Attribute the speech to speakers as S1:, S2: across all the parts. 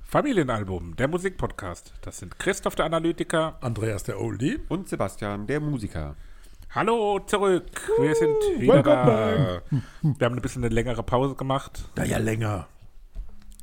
S1: Familienalbum, der Musikpodcast. Das sind Christoph der Analytiker
S2: Andreas der Oldie.
S3: Und Sebastian, der Musiker.
S1: Hallo zurück. Wir sind wieder da. Wir haben ein bisschen eine längere Pause gemacht.
S2: Naja, länger.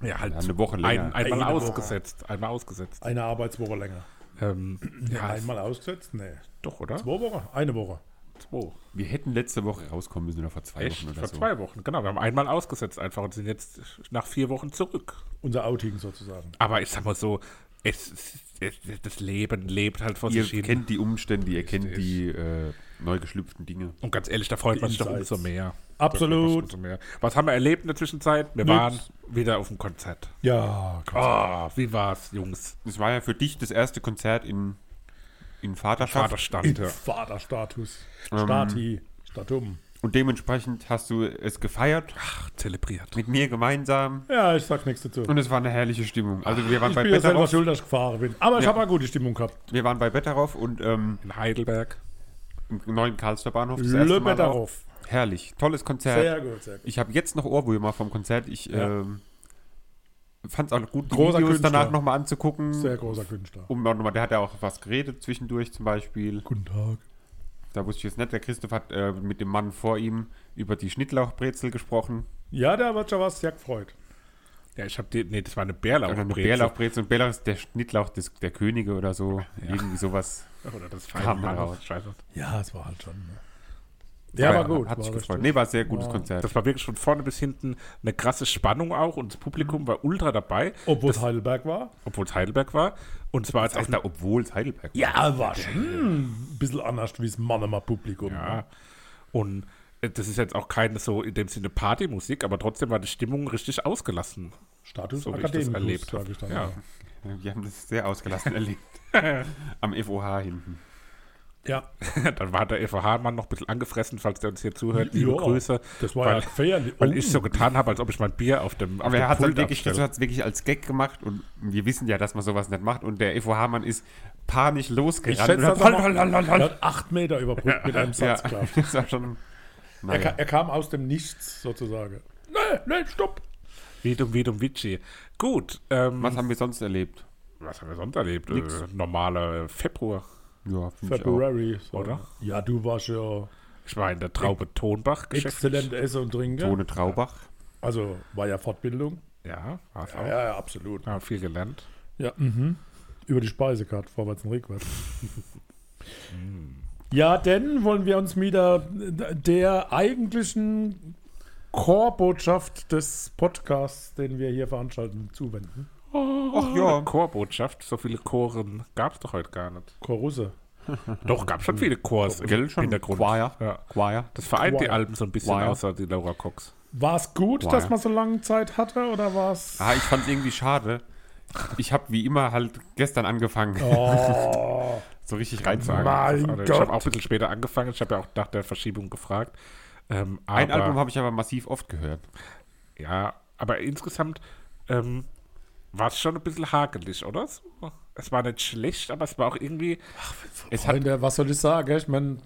S1: Ja, halt
S3: Ja, eine Woche
S1: ein,
S3: länger.
S1: einmal
S2: Eine Woche.
S1: ausgesetzt. Einmal ausgesetzt.
S2: Eine Arbeitswoche länger.
S1: Ähm, ja,
S2: Einmal ausgesetzt? Nee.
S1: doch, oder?
S2: Zwei Wochen? Eine Woche.
S1: Zwei.
S3: Wir hätten letzte Woche rauskommen müssen oder vor zwei
S1: Echt?
S3: Wochen oder
S1: Vor
S3: so.
S1: zwei Wochen, genau. Wir haben einmal ausgesetzt einfach und sind jetzt nach vier Wochen zurück.
S2: Unser Outing sozusagen.
S1: Aber ich sag mal so, es, ist- es, das Leben lebt halt vor
S3: Ihr
S1: sich hin.
S3: kennt die Umstände, ihr kennt
S1: Richtig.
S3: die äh, neu geschlüpften Dinge.
S1: Und ganz ehrlich, da freut man sich doch
S2: Insights.
S1: umso mehr.
S2: Absolut.
S1: Umso mehr. Was haben wir erlebt in der Zwischenzeit? Wir
S2: Nix.
S1: waren wieder auf dem Konzert.
S2: Ja, krass.
S1: Oh, wie war's, Jungs?
S3: Es war ja für dich das erste Konzert in, in Vaterschaft.
S1: Vaterstand. ja.
S2: Vaterstatus. Ah, Stati. Statum.
S3: Und dementsprechend hast du es gefeiert
S1: Ach, zelebriert.
S3: mit mir gemeinsam.
S2: Ja, ich sag nichts dazu.
S3: Und es war eine herrliche Stimmung. Also wir waren
S2: Ich
S3: bei
S2: bin ja selber
S3: Betteroff.
S2: schuld, dass ich gefahren bin. Aber ich
S3: Ja.
S2: habe eine gute Stimmung gehabt.
S3: Wir waren bei Betteroff und ähm,
S1: In Heidelberg.
S3: im neuen Karlster Bahnhof. das erste
S2: Le
S3: Mal auch.
S2: Betteroff.
S3: Herrlich. Tolles Konzert.
S2: Sehr gut, sehr gut.
S3: Ich habe jetzt noch Ohrwürmer vom Konzert. Ich
S2: Ja.
S3: ähm, fand es auch gut, die
S2: Großer
S3: Videos
S2: Künstler.
S3: danach nochmal anzugucken.
S2: Sehr großer Künstler.
S3: Um noch mal, der hat ja auch was geredet zwischendurch zum Beispiel.
S2: Guten Tag.
S3: Da wusste ich jetzt nicht, der Christoph hat äh, mit dem Mann vor ihm über die Schnittlauchbrezel gesprochen.
S2: Ja, da wird schon was sehr gefreut.
S1: Ja, ich hab die. Nee, das war eine
S3: Oder eine
S1: Bärlauchbrezel.
S3: Bärlauchbrezel. Und Bärlauch ist der Schnittlauch des, der Könige oder so. Irgendwie sowas.
S1: Oder das
S3: Kam dann
S1: Feiern.
S3: raus.
S1: Scheiße.
S2: Ja, es war halt schon. Ne? Ja, war gut.
S3: Hat sich
S2: war
S3: gefreut.
S2: richtig.
S3: Nee, war ein sehr gutes Konzert.
S1: Das war wirklich von vorne bis hinten eine krasse Spannung auch und das Publikum war ultra dabei,
S2: Obwohl es Heidelberg war.
S1: obwohl es Heidelberg war. Und es war jetzt auch
S3: heißt da, obwohl es Heidelberg war.
S2: Ja, war schon ein bisschen anders wie das Mannemer Publikum. ne?
S1: Ja. Und äh, das ist jetzt auch keine so in dem Sinne Partymusik, aber trotzdem war die Stimmung richtig ausgelassen.
S2: Status
S1: So wie ich das
S2: Akademikus,
S1: erlebt
S2: sag
S1: hab.
S2: ich dann.
S1: Ja.
S2: Ja.
S3: Wir haben das sehr ausgelassen erlebt. Am FOH hinten.
S2: ja.
S1: Dann war der FH-Mann noch ein bisschen angefressen, falls der uns hier zuhört. Liebe
S2: Ja,
S1: Grüße.
S2: das war
S1: weil,
S2: ja gefährlich.
S1: Weil
S2: Oh.
S1: ich so getan habe, als ob ich mein Bier auf dem auf
S3: Aber
S1: dem
S3: er hat es
S1: Pult
S3: wirklich, Christoph
S1: abstelle.
S3: hat's wirklich als Gag gemacht und wir wissen ja, dass man sowas nicht macht. Und der FOH-Mann ist panisch
S2: Ich
S3: losgerannt.
S2: schätze,
S3: und
S2: dass
S3: hat-
S2: er mal- er hat acht Meter überbrückt mit einem
S3: ja,
S2: Satz. klar.
S3: das war schon.
S2: Er, ka
S3: Naja.
S2: er kam aus dem Nichts sozusagen. Nee, nee, stopp.
S1: Vidum, Vidum, Vici. Gut. Ähm,
S3: Was haben wir sonst erlebt?
S1: was haben wir sonst erlebt? Äh, normale Februar.
S3: Ja, finde ich auch.
S2: February. So.
S1: Oder?
S2: Ja, du warst ja
S1: Ich war in der Traube Tonbach
S2: exzellent Essen und Trinken.
S3: Tone Traubach.
S2: Also war ja Fortbildung.
S1: Ja, war es auch.
S2: Ja, ja, absolut.
S1: Haben viel gelernt.
S2: Ja. Mhm. Über die Speisekarte, vorwärts und rückwärts. ja, denn wollen wir uns wieder der eigentlichen Chorbotschaft des Podcasts, den wir hier veranstalten, zuwenden.
S3: Ach ja.
S1: Chorbotschaft. So viele Choren gab es doch heute gar nicht.
S2: Chorusse. Mhm.
S1: Doch, gab schon viele Chors
S3: Gell, schon
S1: Hintergrund.
S3: Choir.
S1: Ja.
S3: Choir.
S1: Das vereint die
S2: Choir.
S1: Alben so ein bisschen,
S3: Choir.
S1: außer die Laura Cox.
S2: War es gut,
S3: Boah,
S2: dass
S3: ja.
S2: man so lange Zeit hatte oder war es.
S3: Ah, ich fand es irgendwie schade. Ich habe wie immer halt gestern angefangen,
S2: Oh,
S3: so richtig reinzuhaken.
S2: Mein
S1: Das andere- Ich
S2: Gott.
S1: habe auch ein bisschen später angefangen. Ich habe ja auch nach der Verschiebung gefragt. Ähm, aber,
S3: Ein Album habe ich aber massiv oft gehört.
S1: Ja, aber insgesamt ähm, war es schon ein bisschen hakelig, oder? So, Es war nicht schlecht, aber es war auch irgendwie.
S3: Es, hat,
S2: Freunde, was soll ich sagen? Ich meine,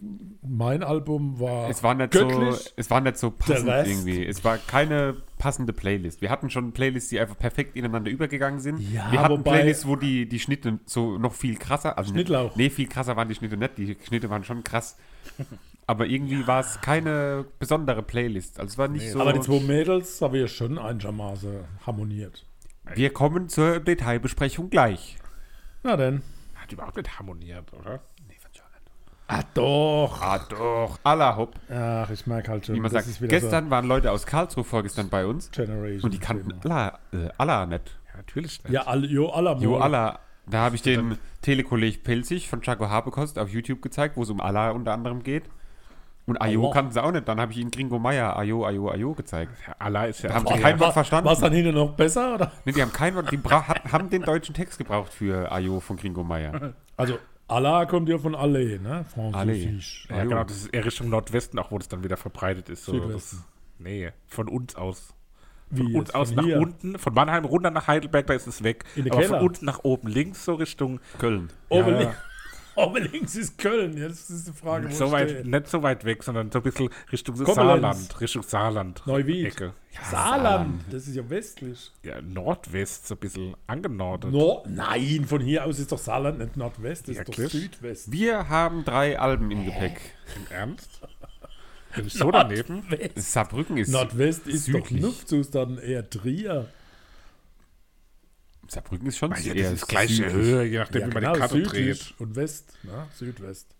S2: mein Album war.
S3: es, war nicht so,
S2: göttlich.
S3: es war nicht so passend
S2: Der Rest.
S3: irgendwie. Es war keine passende Playlist. Wir hatten schon Playlists, die einfach perfekt ineinander übergegangen sind.
S2: Ja,
S3: Wir hatten
S2: wobei-
S3: Playlists, wo die, die Schnitte so noch viel krasser. Also
S2: Schnittlauch.
S3: Nee, viel krasser waren die Schnitte nicht. Die Schnitte waren schon krass. Aber irgendwie war es keine besondere Playlist. Also es war nicht so.
S2: Aber die zwei Mädels haben wir schon einigermaßen harmoniert.
S3: Wir kommen zur Detailbesprechung gleich.
S2: Na denn.
S1: Hat überhaupt nicht harmoniert, oder?
S3: Nee, fand ich auch nicht.
S2: Ah, doch.
S3: Ah, doch. Alla hopp.
S2: Ach, ich merke halt schon,
S3: Wie man sagt, gestern waren Leute aus Karlsruhe vorgestern bei uns
S2: so Generation.
S3: und die kannten alla, äh, alla nicht.
S1: Ja, natürlich nicht.
S2: Ja, alle, jo, aller
S3: Jo,
S1: Oh.
S3: alla. Da habe ich den Telekolleg Pilzig von Chaco Habekost auf YouTube gezeigt, wo es um alla unter anderem geht. Und Ayo
S2: Allah.
S3: kannten sie auch nicht. Dann habe ich ihnen Gringo Meier Ayo, Ayo, Ayo gezeigt.
S1: Ja, Allah ist ja.
S3: Da haben
S1: auch-
S3: sie kein Wort verstanden.
S2: War es dann hinten noch besser? Oder?
S3: Nee, Ne, die haben kein Wort, die bra hat- haben den deutschen Text gebraucht für Ayo von Gringo Meier.
S2: Also, Allah kommt ja von Alle, ne? Französisch.
S1: ja, genau, das ist eher Richtung Nordwesten, auch wo das dann wieder verbreitet ist. So.
S2: Südwesten.
S1: Das, nee, von uns aus.
S2: Wie
S1: Uns
S2: jetzt?
S1: aus
S2: Von
S1: nach
S2: hier?
S1: unten, von Mannheim runter nach Heidelberg, da ist es weg.
S2: In den
S1: aber
S2: Keller.
S1: von unten nach oben links, so Richtung
S3: Köln.
S2: Oben
S1: Ja,
S2: li-
S1: ja.
S2: Oh, links ist Köln. Jetzt ist die Frage, wo
S1: So
S2: ich
S1: weit,
S2: stehe.
S1: nicht so weit weg, sondern so ein bisschen Richtung
S2: Koblenz.
S1: Saarland. Richtung Saarland.
S2: Neuwied.
S1: Ecke. Ja,
S2: Saarland. Das ist ja westlich.
S1: ja, Nordwest, so ein bisschen angenordet.
S2: No, nein, von hier aus ist doch Saarland nicht Nordwest, das ist
S1: Ja,
S2: doch
S1: klar.
S2: Südwest.
S3: Wir haben drei Alben im Gepäck.
S1: Im Ernst? Bin ich so daneben?
S2: Nordwest,
S3: Saarbrücken ist.
S2: Nordwest ist
S3: südlich.
S2: doch Luftsus, dann eher Trier.
S3: Saarbrücken ist schon
S1: Ja,
S3: eher
S1: das ist gleiche
S3: südlich.
S1: Höhe, je nachdem, wie man die Karte
S2: genau, südlich
S1: dreht.
S2: und West, ne? Südwest.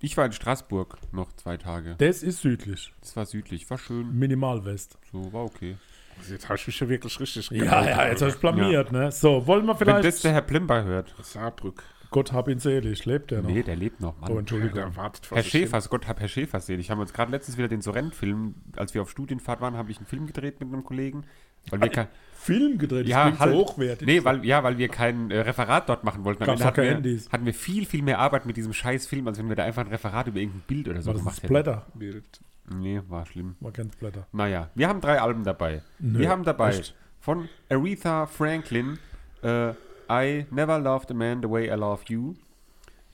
S3: Ich war in Straßburg noch zwei Tage.
S2: Das ist südlich,
S3: Das war südlich, war schön.
S2: Minimalwest.
S3: So, war okay.
S1: Also Jetzt habe ich mich schon wirklich richtig
S2: Ja, ja, jetzt hast du blamiert, ne? So, wollen wir
S3: Genau. Wenn
S2: vielleicht...
S3: das der Herr Plimber hört.
S1: Saarbrück.
S2: Gott hab ihn selig, lebt er noch?
S3: Nee, der lebt noch, Mann.
S2: oh, Entschuldigung.
S1: Der wartet vor
S3: Herr
S1: sich hin.
S3: Schäfers, Gott hab Herr Schäfers selig. Haben wir uns gerade letztens wieder den Sorrent-Film, als wir auf Studienfahrt waren, habe ich einen Film gedreht mit einem Kollegen. Weil wir kein,
S2: Film gedreht, das
S3: ja,
S2: Ah, klingt
S3: halt,
S2: so hochwertig.
S3: nee, weil, ja, weil wir kein äh, Referat dort machen wollten. Am
S2: Gab's
S3: Ende
S2: auch keine
S3: hatten, wir,
S2: Handys.
S3: hatten wir viel, viel mehr Arbeit mit diesem scheiß Film, als wenn wir da einfach ein Referat über irgendein Bild oder so
S2: War das ein
S3: gemacht hätten.
S2: Splatter?
S1: Wild.
S3: Nee, war schlimm.
S2: Man kennt Splatter.
S3: Naja, wir haben drei Alben dabei. wir haben dabei
S2: echt?
S3: von Aretha Franklin äh, I Never Loved a Man the Way I Love You.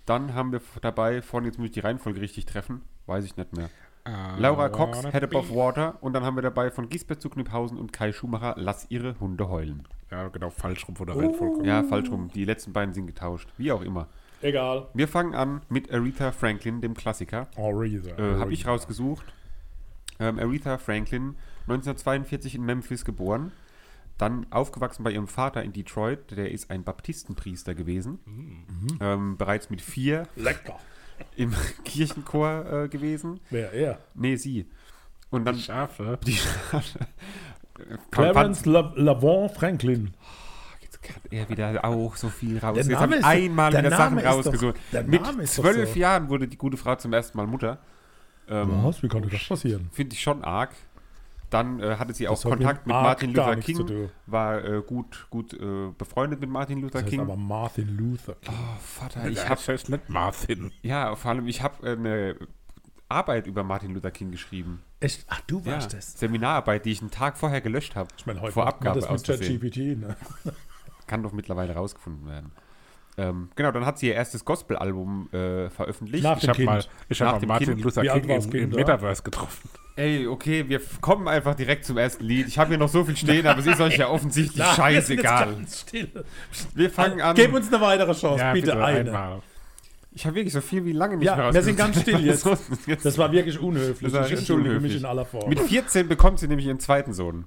S3: Dann haben wir f- dabei von, jetzt muss ich die Reihenfolge richtig treffen, weiß ich nicht mehr.
S1: äh,
S3: Laura Cox, Head Above Water. Und dann haben wir dabei von Gisbert zu Kniphausen und Kai Schumacher, Lass ihre Hunde heulen.
S1: Ja, genau, falsch rum von
S2: Oh.
S1: der Reihenfolge.
S3: Ja, falsch rum. Die letzten beiden sind getauscht. Wie auch immer.
S2: Egal.
S3: Wir fangen an mit Aretha Franklin, dem Klassiker. Äh, Habe ich rausgesucht. Ähm, Aretha Franklin, 1942 in Memphis geboren. Dann aufgewachsen bei ihrem Vater in Detroit. Der ist ein Baptistenpriester gewesen. Ähm, bereits mit vier
S2: Lecker.
S3: im Kirchenchor äh, gewesen.
S2: Wer er?
S3: Nee, sie. Und dann
S1: Schafe.
S3: die
S2: Clarence La Lavon Franklin.
S3: Jetzt kann er wieder auch so viel raus.
S2: Der
S3: Jetzt
S2: Name
S3: habe ich
S2: ist doch-
S3: einmal
S2: der
S3: wieder
S2: Name
S3: Sachen
S2: ist doch-
S3: rausgesucht.
S2: der Name
S3: Mit
S2: ist doch
S3: zwölf
S2: so.
S3: Jahren wurde die gute Frau zum ersten Mal Mutter. Ähm,
S2: Was? Wie konnte das passieren?
S3: Finde ich schon arg. Dann äh, hatte sie auch
S2: hat mit
S3: Kontakt mit
S2: arg
S3: Martin
S2: gar
S3: Luther
S2: nichts zu
S3: King,
S2: tun.
S3: war äh, gut, gut äh, befreundet mit Martin Luther
S2: Das heißt
S3: King.
S2: aber Martin Luther King.
S3: oh, Vater, ich
S1: Ich
S3: habe
S1: hab's jetzt nicht Martin.
S3: ja vor allem ich habe eine Arbeit über Martin Luther King geschrieben.
S2: Echt? Ach, du
S3: Ja, Seminararbeit, die ich einen Tag vorher gelöscht habe.
S2: Ich meine, heute
S3: vor
S2: macht man
S3: Abgabe aus
S2: das mit
S3: Versehen.
S2: ChatGPT. Ne?
S3: Kann doch mittlerweile rausgefunden werden. Ähm, genau, dann hat sie ihr erstes Gospel-Album äh, veröffentlicht.
S2: Nach
S1: Ich
S2: dem
S1: hab
S2: Kind.
S1: mal, ich
S3: Nach
S1: hab mal
S3: dem
S1: Martin
S3: Kind.
S1: Luther
S2: Wie alt
S1: King
S2: war's
S1: im,
S2: Kind,
S1: im
S2: oder?
S1: Metaverse getroffen.
S3: Ey, okay, wir f- kommen einfach direkt zum ersten Lied. Ich habe hier noch so viel stehen, aber es ist euch ja offensichtlich scheißegal.
S2: Ganz still.
S3: Wir fangen an.
S2: Gib uns eine weitere Chance, bitte, eine.
S1: einmal.
S3: Ich habe wirklich so viel wie lange nicht mehr
S2: Ja, wir sind ganz
S3: rausgesucht.
S2: still jetzt.
S3: jetzt.
S2: Das war wirklich unhöflich.
S3: Das war
S2: ich
S3: echt
S2: entschuldige mich
S3: unhöflich.
S2: in aller Form.
S3: Mit 14 bekommt sie nämlich ihren zweiten Sohn.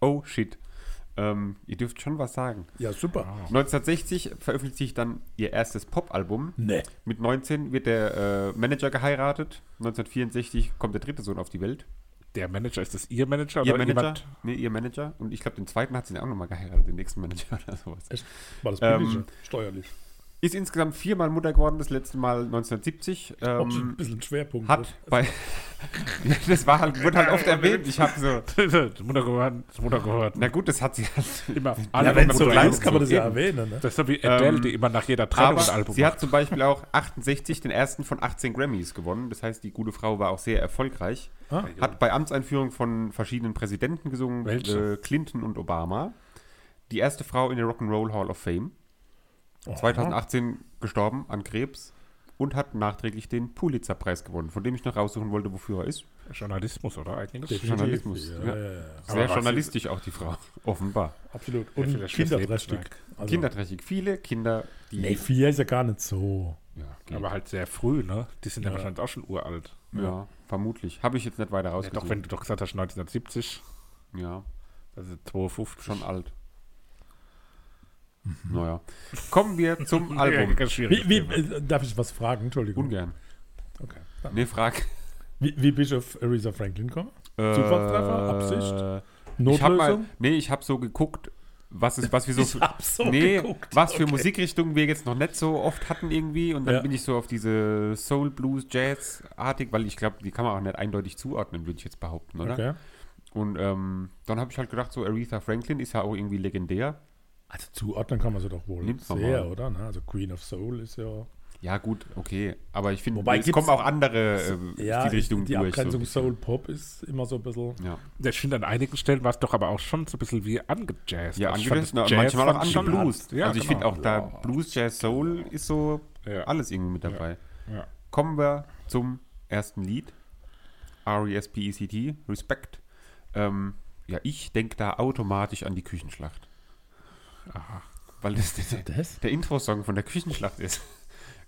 S3: Oh, shit. Ähm, ihr dürft schon was sagen.
S2: ja, super.
S3: 1960 veröffentlicht sich dann ihr erstes Pop-Album.
S2: Nee.
S3: Mit 19 wird der äh, Manager geheiratet. 1964 kommt der dritte Sohn auf die Welt.
S1: Der Manager, ist das Ihr Manager
S3: Ihr
S1: oder
S3: Manager?
S1: jemand?
S3: Nee, ihr Manager. Und ich glaube, den zweiten hat sie dann auch nochmal geheiratet, den nächsten Manager oder sowas.
S2: Echt? War das
S3: Ähm,
S2: billig? Steuerlich.
S3: Ist insgesamt viermal Mutter geworden, das letzte Mal 1970.
S2: Ob ein
S3: Ähm,
S2: bisschen Schwerpunkt.
S3: hat bei. das war halt, wurde halt oft erwähnt. Ich habe so.
S1: Das Mutter geworden, das Mutter geworden.
S3: Na gut, das hat sie halt.
S1: Immer.
S2: Ja, wenn es so klein ist, kann man das ja
S3: Eben.
S2: erwähnen. Ne?
S1: Das ist so wie Adele,
S3: Ähm,
S1: die immer nach jeder Trennung
S3: Aber
S1: ein Album
S3: sie hat
S1: macht.
S3: zum Beispiel auch 68 den ersten von 18 Grammys gewonnen. Das heißt, die gute Frau war auch sehr erfolgreich.
S2: Ah.
S3: Hat bei Amtseinführung von verschiedenen Präsidenten gesungen,
S1: Welche?
S3: äh, Clinton und Obama. Die erste Frau in der Rock'n'Roll Hall of Fame.
S2: Oh,
S3: 2018 gestorben an Krebs und hat nachträglich den Pulitzer-Preis gewonnen, von dem ich noch raussuchen wollte, wofür er ist.
S1: Journalismus, oder eigentlich?
S2: Definitiv.
S3: Journalismus,
S2: Ja,
S3: ja.
S2: ja, ja.
S3: Sehr
S1: was
S3: journalistisch auch die Frau, offenbar.
S2: Absolut.
S1: für
S2: Und
S1: das
S2: kinderträchtig.
S1: Lebenswerk.
S2: Also,
S3: Kinderträchtig. Viele Kinder, die.
S2: Nee, vier ist ja gar nicht so.
S3: Ja, geht.
S1: Aber halt sehr früh, ne? Die sind ja, wahrscheinlich auch schon uralt.
S3: ja, vermutlich. Habe ich jetzt nicht weiter
S1: Ja,
S3: rausgesucht.
S1: doch, wenn du doch gesagt hast 1970,
S3: ja,
S1: also 52.
S3: schon alt. Naja. Kommen wir zum
S1: Album.
S3: Album.
S2: Wie, wie, äh, darf ich was fragen? Entschuldigung.
S3: Ungern.
S2: Okay.
S3: Nee, frag.
S2: Wie, wie bist du auf Aretha Franklin gekommen?
S3: Äh,
S2: Zufallstreffer? Absicht?
S3: Ich hab mal,
S2: Notlösung?
S3: nee, ich habe so geguckt, was ist, was wir so.
S2: Ich hab so
S3: nee,
S2: geguckt,
S3: was für
S2: okay.
S3: Musikrichtungen wir jetzt noch nicht so oft hatten irgendwie. Und dann
S2: Ja.
S3: bin ich so auf diese Soul, Blues, Jazz-artig, weil ich glaube, die kann man auch nicht eindeutig zuordnen, würde ich jetzt behaupten, oder?
S2: Okay.
S3: Und ähm, dann habe ich halt gedacht, so Aretha Franklin ist ja auch irgendwie legendär.
S2: Also zuordnen kann man sie doch wohl
S3: Nimmt man
S2: sehr,
S3: mal.
S2: oder? Ne? Also Queen of Soul ist ja
S3: Ja, gut, okay. Aber ich finde,
S2: Wobei
S3: es
S2: gibt's-
S3: kommen auch andere äh,
S2: Ja,
S3: Stilrichtungen
S2: die
S3: durch. so ein
S2: Abgrenzung
S3: bisschen.
S2: Soul Pop ist immer so ein bisschen.
S3: ja.
S1: Ja, ich finde, an einigen Stellen war es doch aber auch schon so ein bisschen wie angejazzt.
S3: Ja,
S1: Also ich
S3: angemessen,
S1: fand,
S3: aber
S1: Jazz
S3: manchmal auch
S1: fand ich schon
S3: angebluest.
S1: hart. Ja,
S3: also ich
S1: genau.
S3: finde auch da Blues, Jazz, Soul ist so
S1: Ja.
S3: alles irgendwie mit dabei.
S1: Ja.
S3: Kommen wir zum ersten Lied. E R-E-S-P-E-C-T, Respect. Ähm, ja, ich denke da automatisch an die Küchenschlacht. Weil das der,
S2: das?
S3: der Intro-Song von der Küchenschlacht ist.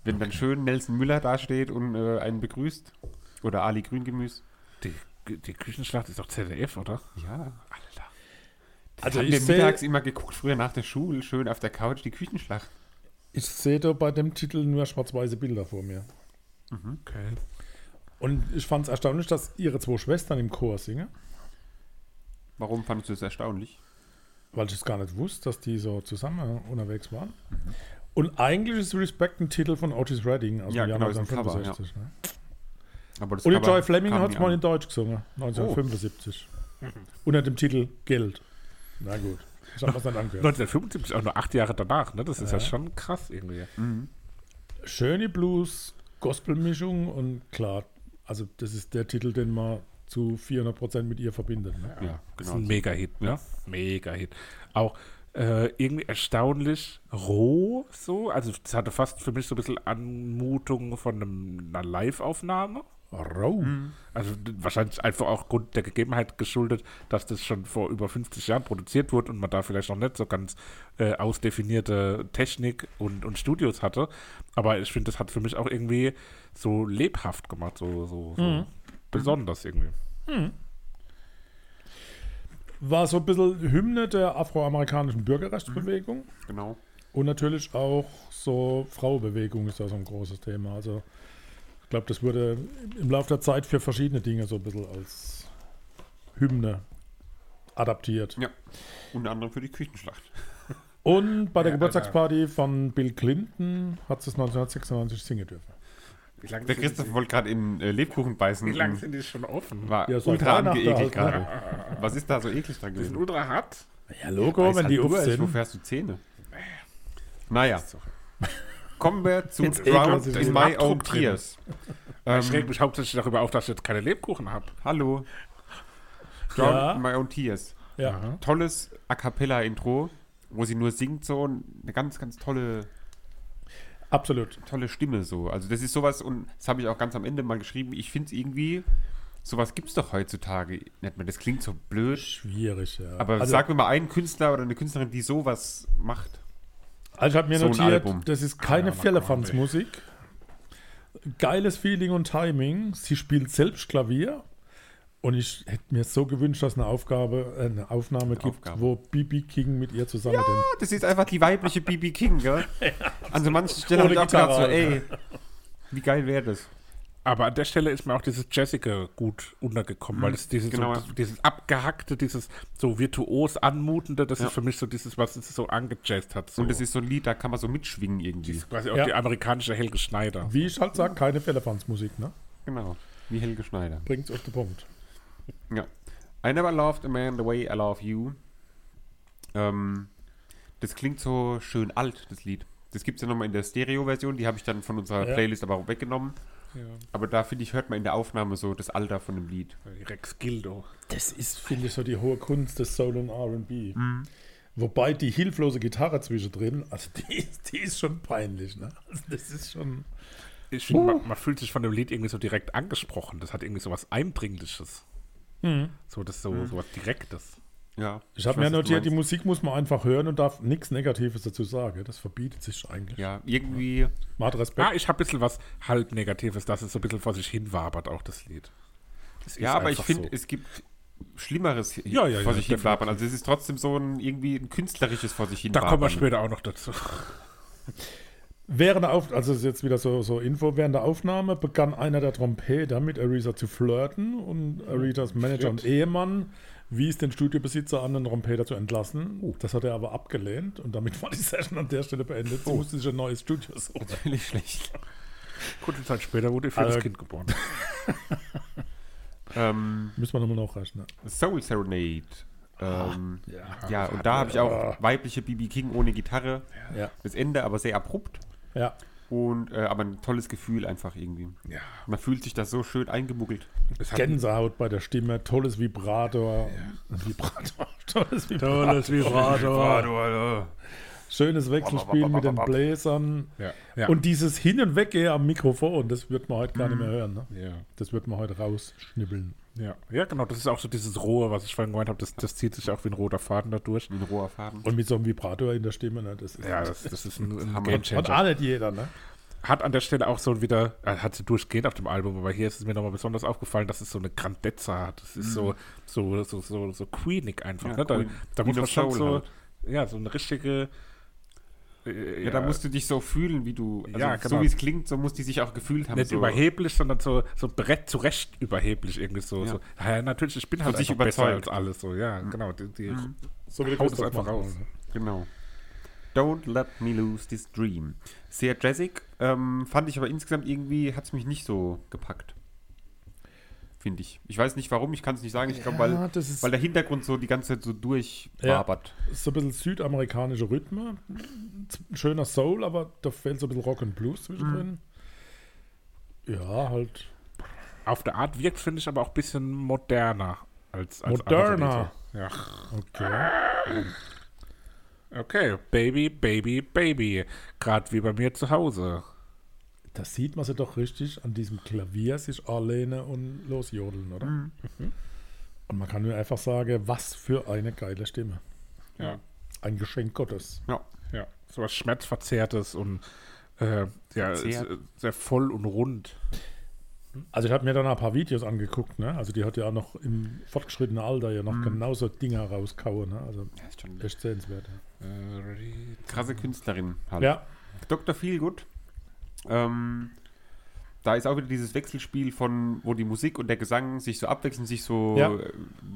S3: Wenn dann schön Nelson Müller dasteht und äh, einen begrüßt. Oder Ali Grüngemüß.
S1: Die, die Küchenschlacht ist doch ZDF, oder?
S3: Ja.
S1: Alter.
S2: Also
S3: haben
S2: ich
S3: wir
S2: seh-
S3: mittags immer geguckt, früher nach der Schule, schön auf der Couch die Küchenschlacht.
S2: Ich sehe da bei dem Titel nur schwarz-weiße Bilder vor mir.
S1: Okay.
S2: Und ich fand es erstaunlich, dass ihre zwei Schwestern im Chor singen,
S3: Warum fandest du das erstaunlich?
S2: weil ich es gar nicht wusste, dass die so zusammen unterwegs waren. Und eigentlich ist Respect ein Titel von Otis Redding aus
S3: Ja,
S2: dem Jahr
S3: genau, ist ein Cover,
S2: 1965. ne?
S3: Aber das
S2: Und die
S3: Cover
S2: Joy Fleming
S3: kam Oh.
S2: hat
S3: nie
S2: es mal
S3: an.
S2: in Deutsch gesungen, 1975. Unter dem Titel Geld. Na gut, ich habe es dann angehört.
S1: 1975, auch nur acht Jahre danach, ne? Das ist ja, schon krass irgendwie.
S2: Schöne Blues, Gospel-Mischung und klar, also das ist der Titel, den man zu 400% mit ihr verbindet. Ne?
S3: Ja,
S1: Das
S3: genau.
S1: ist ein Mega-Hit, ne? Mega-Hit. Auch äh, irgendwie erstaunlich roh so. Also es hatte fast für mich so ein bisschen Anmutung von einem, einer Live-Aufnahme.
S2: Rau.
S3: Mhm.
S1: Also d- wahrscheinlich einfach auch Grund der Gegebenheit geschuldet, dass das schon vor über 50 Jahren produziert wurde und man da vielleicht noch nicht so ganz äh, ausdefinierte Technik und, und Studios hatte. Aber ich finde, das hat für mich auch irgendwie so lebhaft gemacht, so, so, so besonders irgendwie.
S2: War so ein bisschen Hymne der afroamerikanischen Bürgerrechtsbewegung
S3: genau.
S2: und natürlich auch so Frauenbewegung ist da so ein großes Thema. Also ich glaube, das wurde im Laufe der Zeit für verschiedene Dinge so ein bisschen als Hymne adaptiert.
S3: Ja. Unter anderem für die Küchenschlacht.
S2: Und bei der
S1: Ja,
S2: Geburtstagsparty von Bill Clinton hat es 1996 singen dürfen.
S3: Der Christoph wollte gerade in äh, Lebkuchen beißen.
S1: Wie lange
S3: und
S1: sind die schon offen?
S3: War
S2: Ja, so
S3: ultra
S2: Weihnachten
S3: angeekelt
S2: halt, ne?
S3: gerade. Was ist da so eklig dran
S1: Die sind
S3: gewesen?
S1: ultra hart.
S2: Ja, Logo,
S3: Weiß halt du erst, Wofür hast du Zähne? Naja. Kommen wir zu
S2: Jetzt eklig,
S3: Drowned
S2: das ist
S3: in
S2: ein
S3: My Own
S2: Abdruck drin.
S3: Tears. Ähm,
S1: Ich reg mich hauptsächlich darüber auf, dass ich jetzt keine Lebkuchen habe.
S3: Hallo. Drowned
S2: Ja.
S3: in My Own Tears.
S2: Ja.
S3: Tolles A Cappella-Intro, wo sie nur singt so und eine ganz, ganz tolle
S2: Absolut.
S3: tolle Stimme so. Also das ist sowas, und das habe ich auch ganz am Ende mal geschrieben, ich finde es irgendwie, sowas gibt es doch heutzutage nicht mehr. Das klingt so blöd.
S2: Schwierig, ja.
S3: Aber
S2: also,
S3: sag mir mal einen Künstler oder eine Künstlerin, die sowas macht.
S2: Also ich habe mir
S3: So ein
S2: notiert,
S3: Album.
S2: das ist keine Firlefanz-Musik. Geiles Feeling und Timing. Sie spielt selbst Klavier. Und ich hätte mir so gewünscht, dass eine Aufgabe, äh, eine Aufnahme gibt,
S3: Aufgabe.
S2: wo BB King mit ihr zusammen
S3: Ah, das ist einfach die weibliche BB King, gell? An so manchen Stellen habe
S2: Ohne
S3: ich auch gedacht, so,
S2: Gitarre,
S3: ey, wie geil wäre das?
S1: Aber an der Stelle ist mir auch dieses Jessica gut untergekommen, weil das dieses,
S3: genau,
S1: so,
S3: ja.
S1: dieses abgehackte, dieses so virtuos anmutende, das ist für mich so dieses, was es so angejazzt hat. So.
S3: Und das ist so ein Lied, da kann man so mitschwingen irgendwie.
S1: quasi auch
S2: Ja.
S1: die amerikanische Helge Schneider.
S2: Wie ich halt sage, keine Firlefanz-Musik, ne?
S3: Genau. Wie Helge Schneider.
S2: Bringt's auf den Punkt.
S3: Ja. I never loved a man the way I love you. Ähm, das klingt so schön alt, das Lied. Das gibt es ja nochmal in der Stereo-Version, die habe ich dann von unserer
S2: Ja.
S3: Playlist aber auch weggenommen. Aber da finde ich, hört man in der Aufnahme so das Alter von dem Lied.
S1: Rex Gildo.
S2: Das ist, finde ich, so die hohe Kunst des Soul und RB.
S3: Mhm.
S2: Wobei die hilflose Gitarre zwischendrin, also die, ist- die ist schon peinlich, ne? Also das ist schon.
S1: Ich finde, man, man fühlt sich von dem Lied irgendwie so direkt angesprochen. Das hat irgendwie so was Eindringliches. So, das so,
S3: Mhm.
S1: so was Direktes.
S3: Ja.
S2: Ich habe mir
S3: weiß, was du
S2: notiert, die
S3: meinst.
S2: Musik muss man einfach hören und darf nichts Negatives dazu sagen. Das verbietet sich eigentlich.
S3: Ja, irgendwie.
S2: Man hat Respekt.
S1: Ah, ich habe ein bisschen was halb Negatives, dass es so ein bisschen vor sich hin wabert, auch das Lied. Das ist
S3: Ja, aber ich
S1: einfach
S3: finde,
S1: so.
S3: es gibt Schlimmeres hi-
S1: Ja, ja, ja,
S3: vor sich
S1: definitiv.
S3: hinwabern. Also es ist trotzdem so ein irgendwie ein künstlerisches vor sich
S1: Da
S3: hinwabern.
S1: kommen wir später auch noch dazu.
S2: Während der Auf also es ist jetzt wieder so, so Info, während der Aufnahme begann einer der Trompeter mit Aretha zu flirten und Arethas Manager und Ehemann wies den Studiobesitzer an, den Trompeter zu entlassen. Das hat er aber abgelehnt und damit war die Session an der Stelle beendet. Sie musste sich ein neues Studio suchen.
S3: Natürlich schlecht.
S1: Kurze Zeit später wurde ihr viertes
S2: Also-
S1: Kind geboren.
S3: ähm,
S2: Müssen wir nochmal nachrechnen.
S3: Soul Serenade. Ähm, ja, und
S1: hat
S3: da
S1: mir-
S3: habe ich auch weibliche BB King ohne Gitarre.
S2: Ja.
S3: Das Ende aber sehr abrupt.
S2: Ja.
S3: Und, äh, aber ein tolles Gefühl einfach irgendwie.
S1: Ja.
S3: Man fühlt sich das so schön eingemuggelt.
S1: Es hat,
S2: Gänsehaut bei der Stimme, tolles Vibrator. Vibrator, tolles Vibrator.
S1: Ah,
S2: Schönes Wechselspiel mit den Bläsern.
S1: ja, ja, Mhm.
S2: Und dieses Hin- und Weggehen am Mikrofon, das wird man heute gar nicht mehr hören. Ne?
S1: ja,
S2: Das wird man heute rausschnibbeln.
S1: ja. ja, genau. Das ist auch so dieses Rohe, was ich vorhin gemeint habe. Das, das zieht sich auch wie ein roter Faden da durch.
S3: Wie ein roher Faden.
S2: Und mit so einem Vibrator in der Stimme, ne? das ist
S1: Ja, das, das ist ein, ein
S3: Hammer.
S2: hat
S1: Gamechanger.
S2: auch nicht jeder. Ne?
S1: Hat an der Stelle auch so wieder, äh, hat sie durchgehend auf dem Album, aber hier ist es mir nochmal besonders aufgefallen, dass es so eine Grandezza hat. Das ist so, so, so, so, so queenig einfach.
S3: Mhm. Ja,
S1: ne? Da,
S3: Queen.
S1: da
S3: Queen
S1: muss man
S3: of
S1: schon
S3: Soul
S1: so,
S3: halt.
S1: ja, so eine richtige. äh,
S3: Ja, da musst du dich so fühlen, wie du. Also
S1: Ja, genau.
S3: So wie es klingt, so muss die sich auch gefühlt haben.
S1: nicht
S3: so.
S1: überheblich, sondern so, so brett zu Recht überheblich irgendwie so.
S3: Ja.
S1: so. Ja, natürlich, ich bin halt
S3: sich
S1: einfach besser
S3: überzeugt. Mhm.
S1: als alles so. Ja, genau. Die, die
S2: So wie der
S1: haut es
S2: Christoph
S1: einfach
S2: macht
S1: raus.
S2: das.
S3: Genau. Don't let me lose this dream. Sehr jazzig. Ähm, fand ich aber insgesamt irgendwie, hat es mich nicht so gepackt. Finde ich. Ich weiß nicht warum, ich kann es nicht sagen. Ich glaube,
S2: Ja,
S3: weil,
S2: das ist-
S3: weil der Hintergrund so die ganze Zeit so durchwabert.
S2: So ein bisschen südamerikanische Rhythmen. Z- Schöner Soul, aber da fehlt so ein bisschen Rock und Blues zwischendrin.
S1: Mhm.
S2: Ja, halt.
S1: Auf der Art wirkt, finde ich, aber auch ein bisschen moderner. Als, als
S2: Moderner.
S1: andere Lieder.
S2: Okay.
S1: Ja. Okay, Baby, Baby, Baby. Gerade wie bei mir zu Hause.
S2: Da sieht man sie doch richtig an diesem Klavier sich anlehnen und losjodeln, oder?
S1: Mhm.
S2: Mhm. Und man kann nur einfach sagen, was für eine geile Stimme.
S1: Ja.
S2: Ein Geschenk Gottes.
S3: Ja.
S1: Ja, sowas Schmerzverzerrtes und äh, ja,
S3: Verzerrt.
S1: ist, äh, sehr voll und rund.
S2: Also ich habe mir dann ein paar Videos angeguckt, ne? Also die hat ja noch im fortgeschrittenen Alter ja noch
S1: Mhm.
S2: genauso Dinger rauskauen, ne? Also
S3: ja. Ist schon eine
S2: echt sehenswert.
S1: Äh,
S3: krasse Künstlerin halt.
S2: Ja,
S3: Dr. Feelgood. Ähm, da ist auch wieder dieses Wechselspiel von, wo die Musik und der Gesang sich so abwechseln, sich so
S2: Ja.
S3: äh,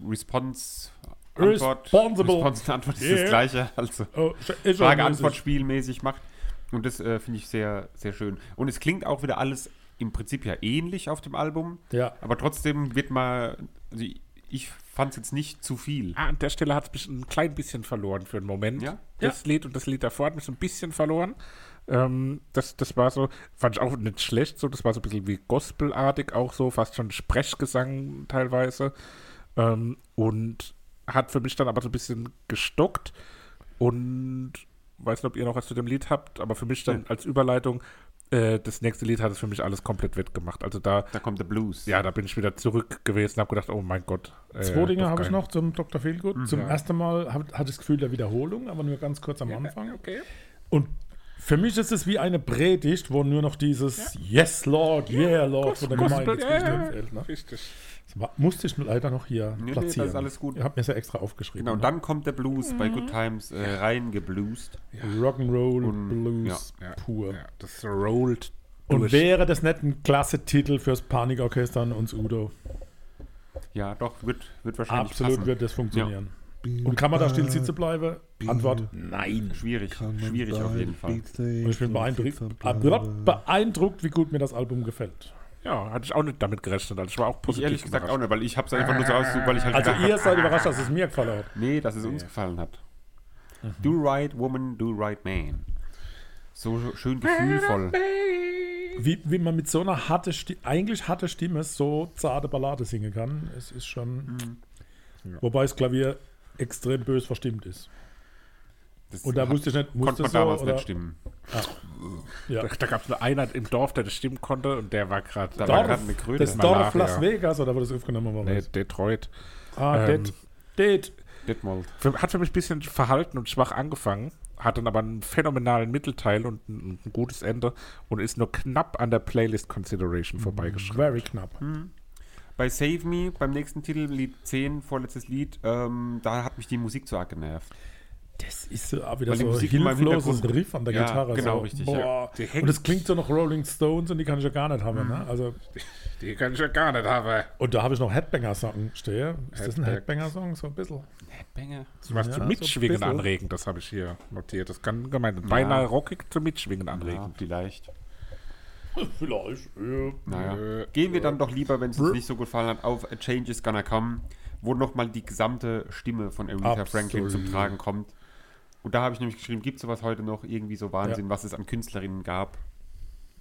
S3: Response, Antwort,
S2: Responsible.
S3: Response und Antwort ist
S2: Yeah.
S3: das gleiche. Also
S2: Oh, ist schon mäßig.
S3: Frage-Antwort-Spielmäßig macht. Und das äh, finde ich sehr, sehr schön. Und es klingt auch wieder alles im Prinzip ja ähnlich auf dem Album,
S2: Ja,
S3: aber trotzdem wird mal, also ich- ich fand es jetzt nicht zu viel.
S1: Ah, an der Stelle hat es mich ein klein bisschen verloren für einen Moment.
S3: Ja?
S1: Das Lied und das Lied davor hat mich so ein bisschen verloren. Ähm, das, das war so, fand ich auch nicht schlecht so, das war so ein bisschen wie Gospelartig auch so, fast schon Sprechgesang teilweise. Ähm, und hat für mich dann aber so ein bisschen gestockt und weiß nicht, ob ihr noch was zu dem Lied habt, aber für mich dann als Überleitung, äh, das nächste Lied hat es für mich alles komplett wettgemacht. Also da,
S3: Da kommt der Blues.
S1: ja, da bin ich wieder zurück gewesen, habe gedacht, oh mein Gott. äh,
S2: Zwei Dinge
S1: doch
S2: habe ich
S1: geil.
S2: noch zum Dr. Feelgood. zum
S1: Ja.
S2: ersten Mal hab- hatte ich das Gefühl der Wiederholung, aber nur ganz kurz am Anfang.
S1: Okay.
S2: Und für mich ist es wie eine Predigt, wo nur noch dieses Yes, Lord, yeah, Lord von der
S1: Gospel,
S2: Gemeinde
S1: ja,
S2: zwischendrin
S1: ja.
S2: fehlt. Ne?
S1: Richtig.
S2: Das war, musste ich nur leider noch hier
S3: nee, das
S2: platzieren.
S3: ist alles gut.
S2: Ihr habt mir das ja extra aufgeschrieben. ne?
S3: Genau, und dann kommt der Blues bei Good Times äh, reingeblust.
S2: ne? Rock'n'Roll,
S3: Und-
S2: Blues,
S1: Ja,
S2: pur.
S1: Ja, das rollt
S2: Und
S1: durch.
S2: wäre das nicht ein klasse Titel fürs Panikorchester und uns Udo?
S3: Ja, doch, wird, wird wahrscheinlich
S2: Absolut
S3: passen. Äh,
S2: wird das funktionieren. Und kann man da still sitzen bleiben? Antwort, nein.
S3: Schwierig, schwierig auf jeden Fall.
S2: Und ich bin beeindruckt, Ah, beeindruckt, wie gut mir das Album gefällt.
S1: Ja, hatte ich auch nicht damit gerechnet. Also ich war auch
S3: Ich
S1: positiv.
S3: ehrlich gesagt auch
S1: überrascht.
S3: nicht, weil ich hab's einfach nur so ausgesucht, weil ich halt
S2: Also
S3: gedacht
S2: ihr seid überrascht, dass es mir gefallen hat.
S3: hab, nee, dass es uns gefallen hat.
S2: Mhm.
S3: Do right woman, do right man. So schön gefühlvoll.
S2: Wie, wie man mit so einer harte, Sti eigentlich harte Stimme so zarte Ballade singen kann, es ist schon...
S3: Mhm.
S2: Wobei das Klavier extrem bös verstimmt ist.
S3: Das
S2: Und da
S3: hat-
S2: wusste ich nicht, muss
S3: konnte
S2: das
S3: man
S2: so,
S3: damals
S2: oder?
S3: nicht stimmen.
S2: Ja.
S1: Da gab es nur einer im Dorf, der das stimmen konnte und der war gerade. war
S3: Da war
S2: Dorf,
S3: gerade eine Kröte.
S2: Das
S1: Malaria.
S2: Dorf Las Vegas, oder wo das aufgenommen worden
S1: Nee,
S2: ist.
S1: Detroit.
S2: Ah,
S1: ähm,
S2: det, det.
S3: Detmold.
S1: Für, hat für mich ein bisschen verhalten und schwach angefangen, hat dann aber einen phänomenalen Mittelteil und ein, ein gutes Ende und ist nur knapp an der Playlist Consideration vorbeigeschrieben.
S2: Very knapp.
S3: Hm. Bei Save Me, beim nächsten Titel, Lied 10, vorletztes Lied, ähm, da hat mich die Musik zu arg genervt.
S2: Das ist so auch wieder
S3: Weil die
S2: so
S3: Musik immer im
S2: hilfloses
S3: Hintergrund-
S2: Riff an der
S3: Ja,
S2: Gitarre.
S3: genau,
S2: so.
S3: richtig,
S2: Boah.
S1: Die
S2: Und
S1: hängt.
S2: es klingt so nach Rolling Stones und die kann ich ja gar nicht haben.
S3: Mhm.
S2: Ne? Also,
S1: Die kann ich ja gar nicht haben.
S2: und da habe ich noch Headbanger-Song stehe. Ist das ein
S1: Headbang.
S2: Headbanger-Song? So ein bisschen.
S3: Banger.
S1: Was
S2: Ja, so
S1: zum
S2: ein
S1: Mitschwingen
S2: bisschen.
S1: anregen, das habe ich hier notiert. Das kann gemeint. Beinahe rockig zum Mitschwingen
S3: Ja,
S1: anregen.
S3: vielleicht.
S2: Vielleicht.
S3: Naja.
S1: Äh,
S3: Gehen wir dann doch lieber, wenn es
S2: Brr.
S3: uns nicht so gefallen hat, auf A Change is Gonna Come, wo nochmal die gesamte Stimme von Aretha
S2: Absolut.
S3: Franklin zum Tragen kommt. Und da habe ich nämlich geschrieben, gibt es sowas heute noch, irgendwie so Wahnsinn, was es an Künstlerinnen gab.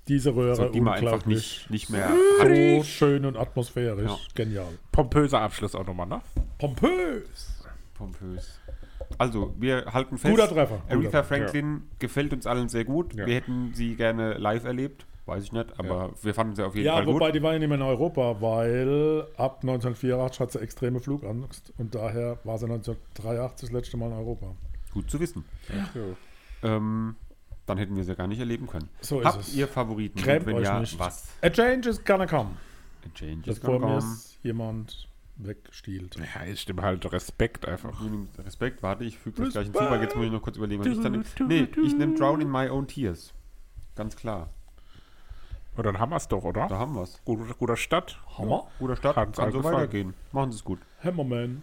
S2: diese Röhre
S3: So, die man einfach
S2: unglaublich.
S3: nicht, nicht mehr
S2: So
S3: hat.
S2: schön und atmosphärisch. Genial.
S1: Pompöser Abschluss auch nochmal, ne?
S2: Pompös.
S3: Pompös. Also, wir halten fest.
S2: Guter Treffer.
S3: Aretha
S2: Guter
S3: Franklin gefällt uns allen sehr gut.
S1: Ja.
S3: Wir hätten sie gerne live erlebt. Weiß ich nicht, aber wir fanden sie auf jeden
S2: Ja,
S3: Fall
S2: wobei
S3: gut.
S2: die waren ja nicht mehr in Europa, weil ab 1984 hat sie extreme Flugangst und daher war sie 1983 das letzte Mal in Europa.
S3: Gut zu wissen.
S1: Ja.
S3: Ähm, dann hätten wir sie gar nicht erleben können.
S2: So ist
S3: Habt
S2: es.
S3: ihr Favoriten? Und
S2: Grämt
S3: wenn
S2: euch
S3: ja,
S2: nicht.
S3: was?
S2: A change is gonna come.
S3: A Change
S2: Dass
S3: is
S2: vor
S3: gonna
S2: mir
S3: come.
S2: ist jemand wegstiehlt.
S1: Ja, ich stimme halt Respekt einfach.
S3: Respekt, warte, ich füge das gleich hinzu, weil jetzt muss ich noch kurz überlegen, was ich dann nehme. Nee, ich nehme Drown in My Own Tears. Ganz klar.
S1: Und dann haben wir es doch, oder?
S3: Da haben wir's.
S1: Guter, guter Stadt.
S2: Hammer.
S3: Guter Start,
S1: Hat's
S3: kann
S1: allen
S3: so
S1: gefallen.
S3: weitergehen. Machen Sie es gut.
S2: Hammerman.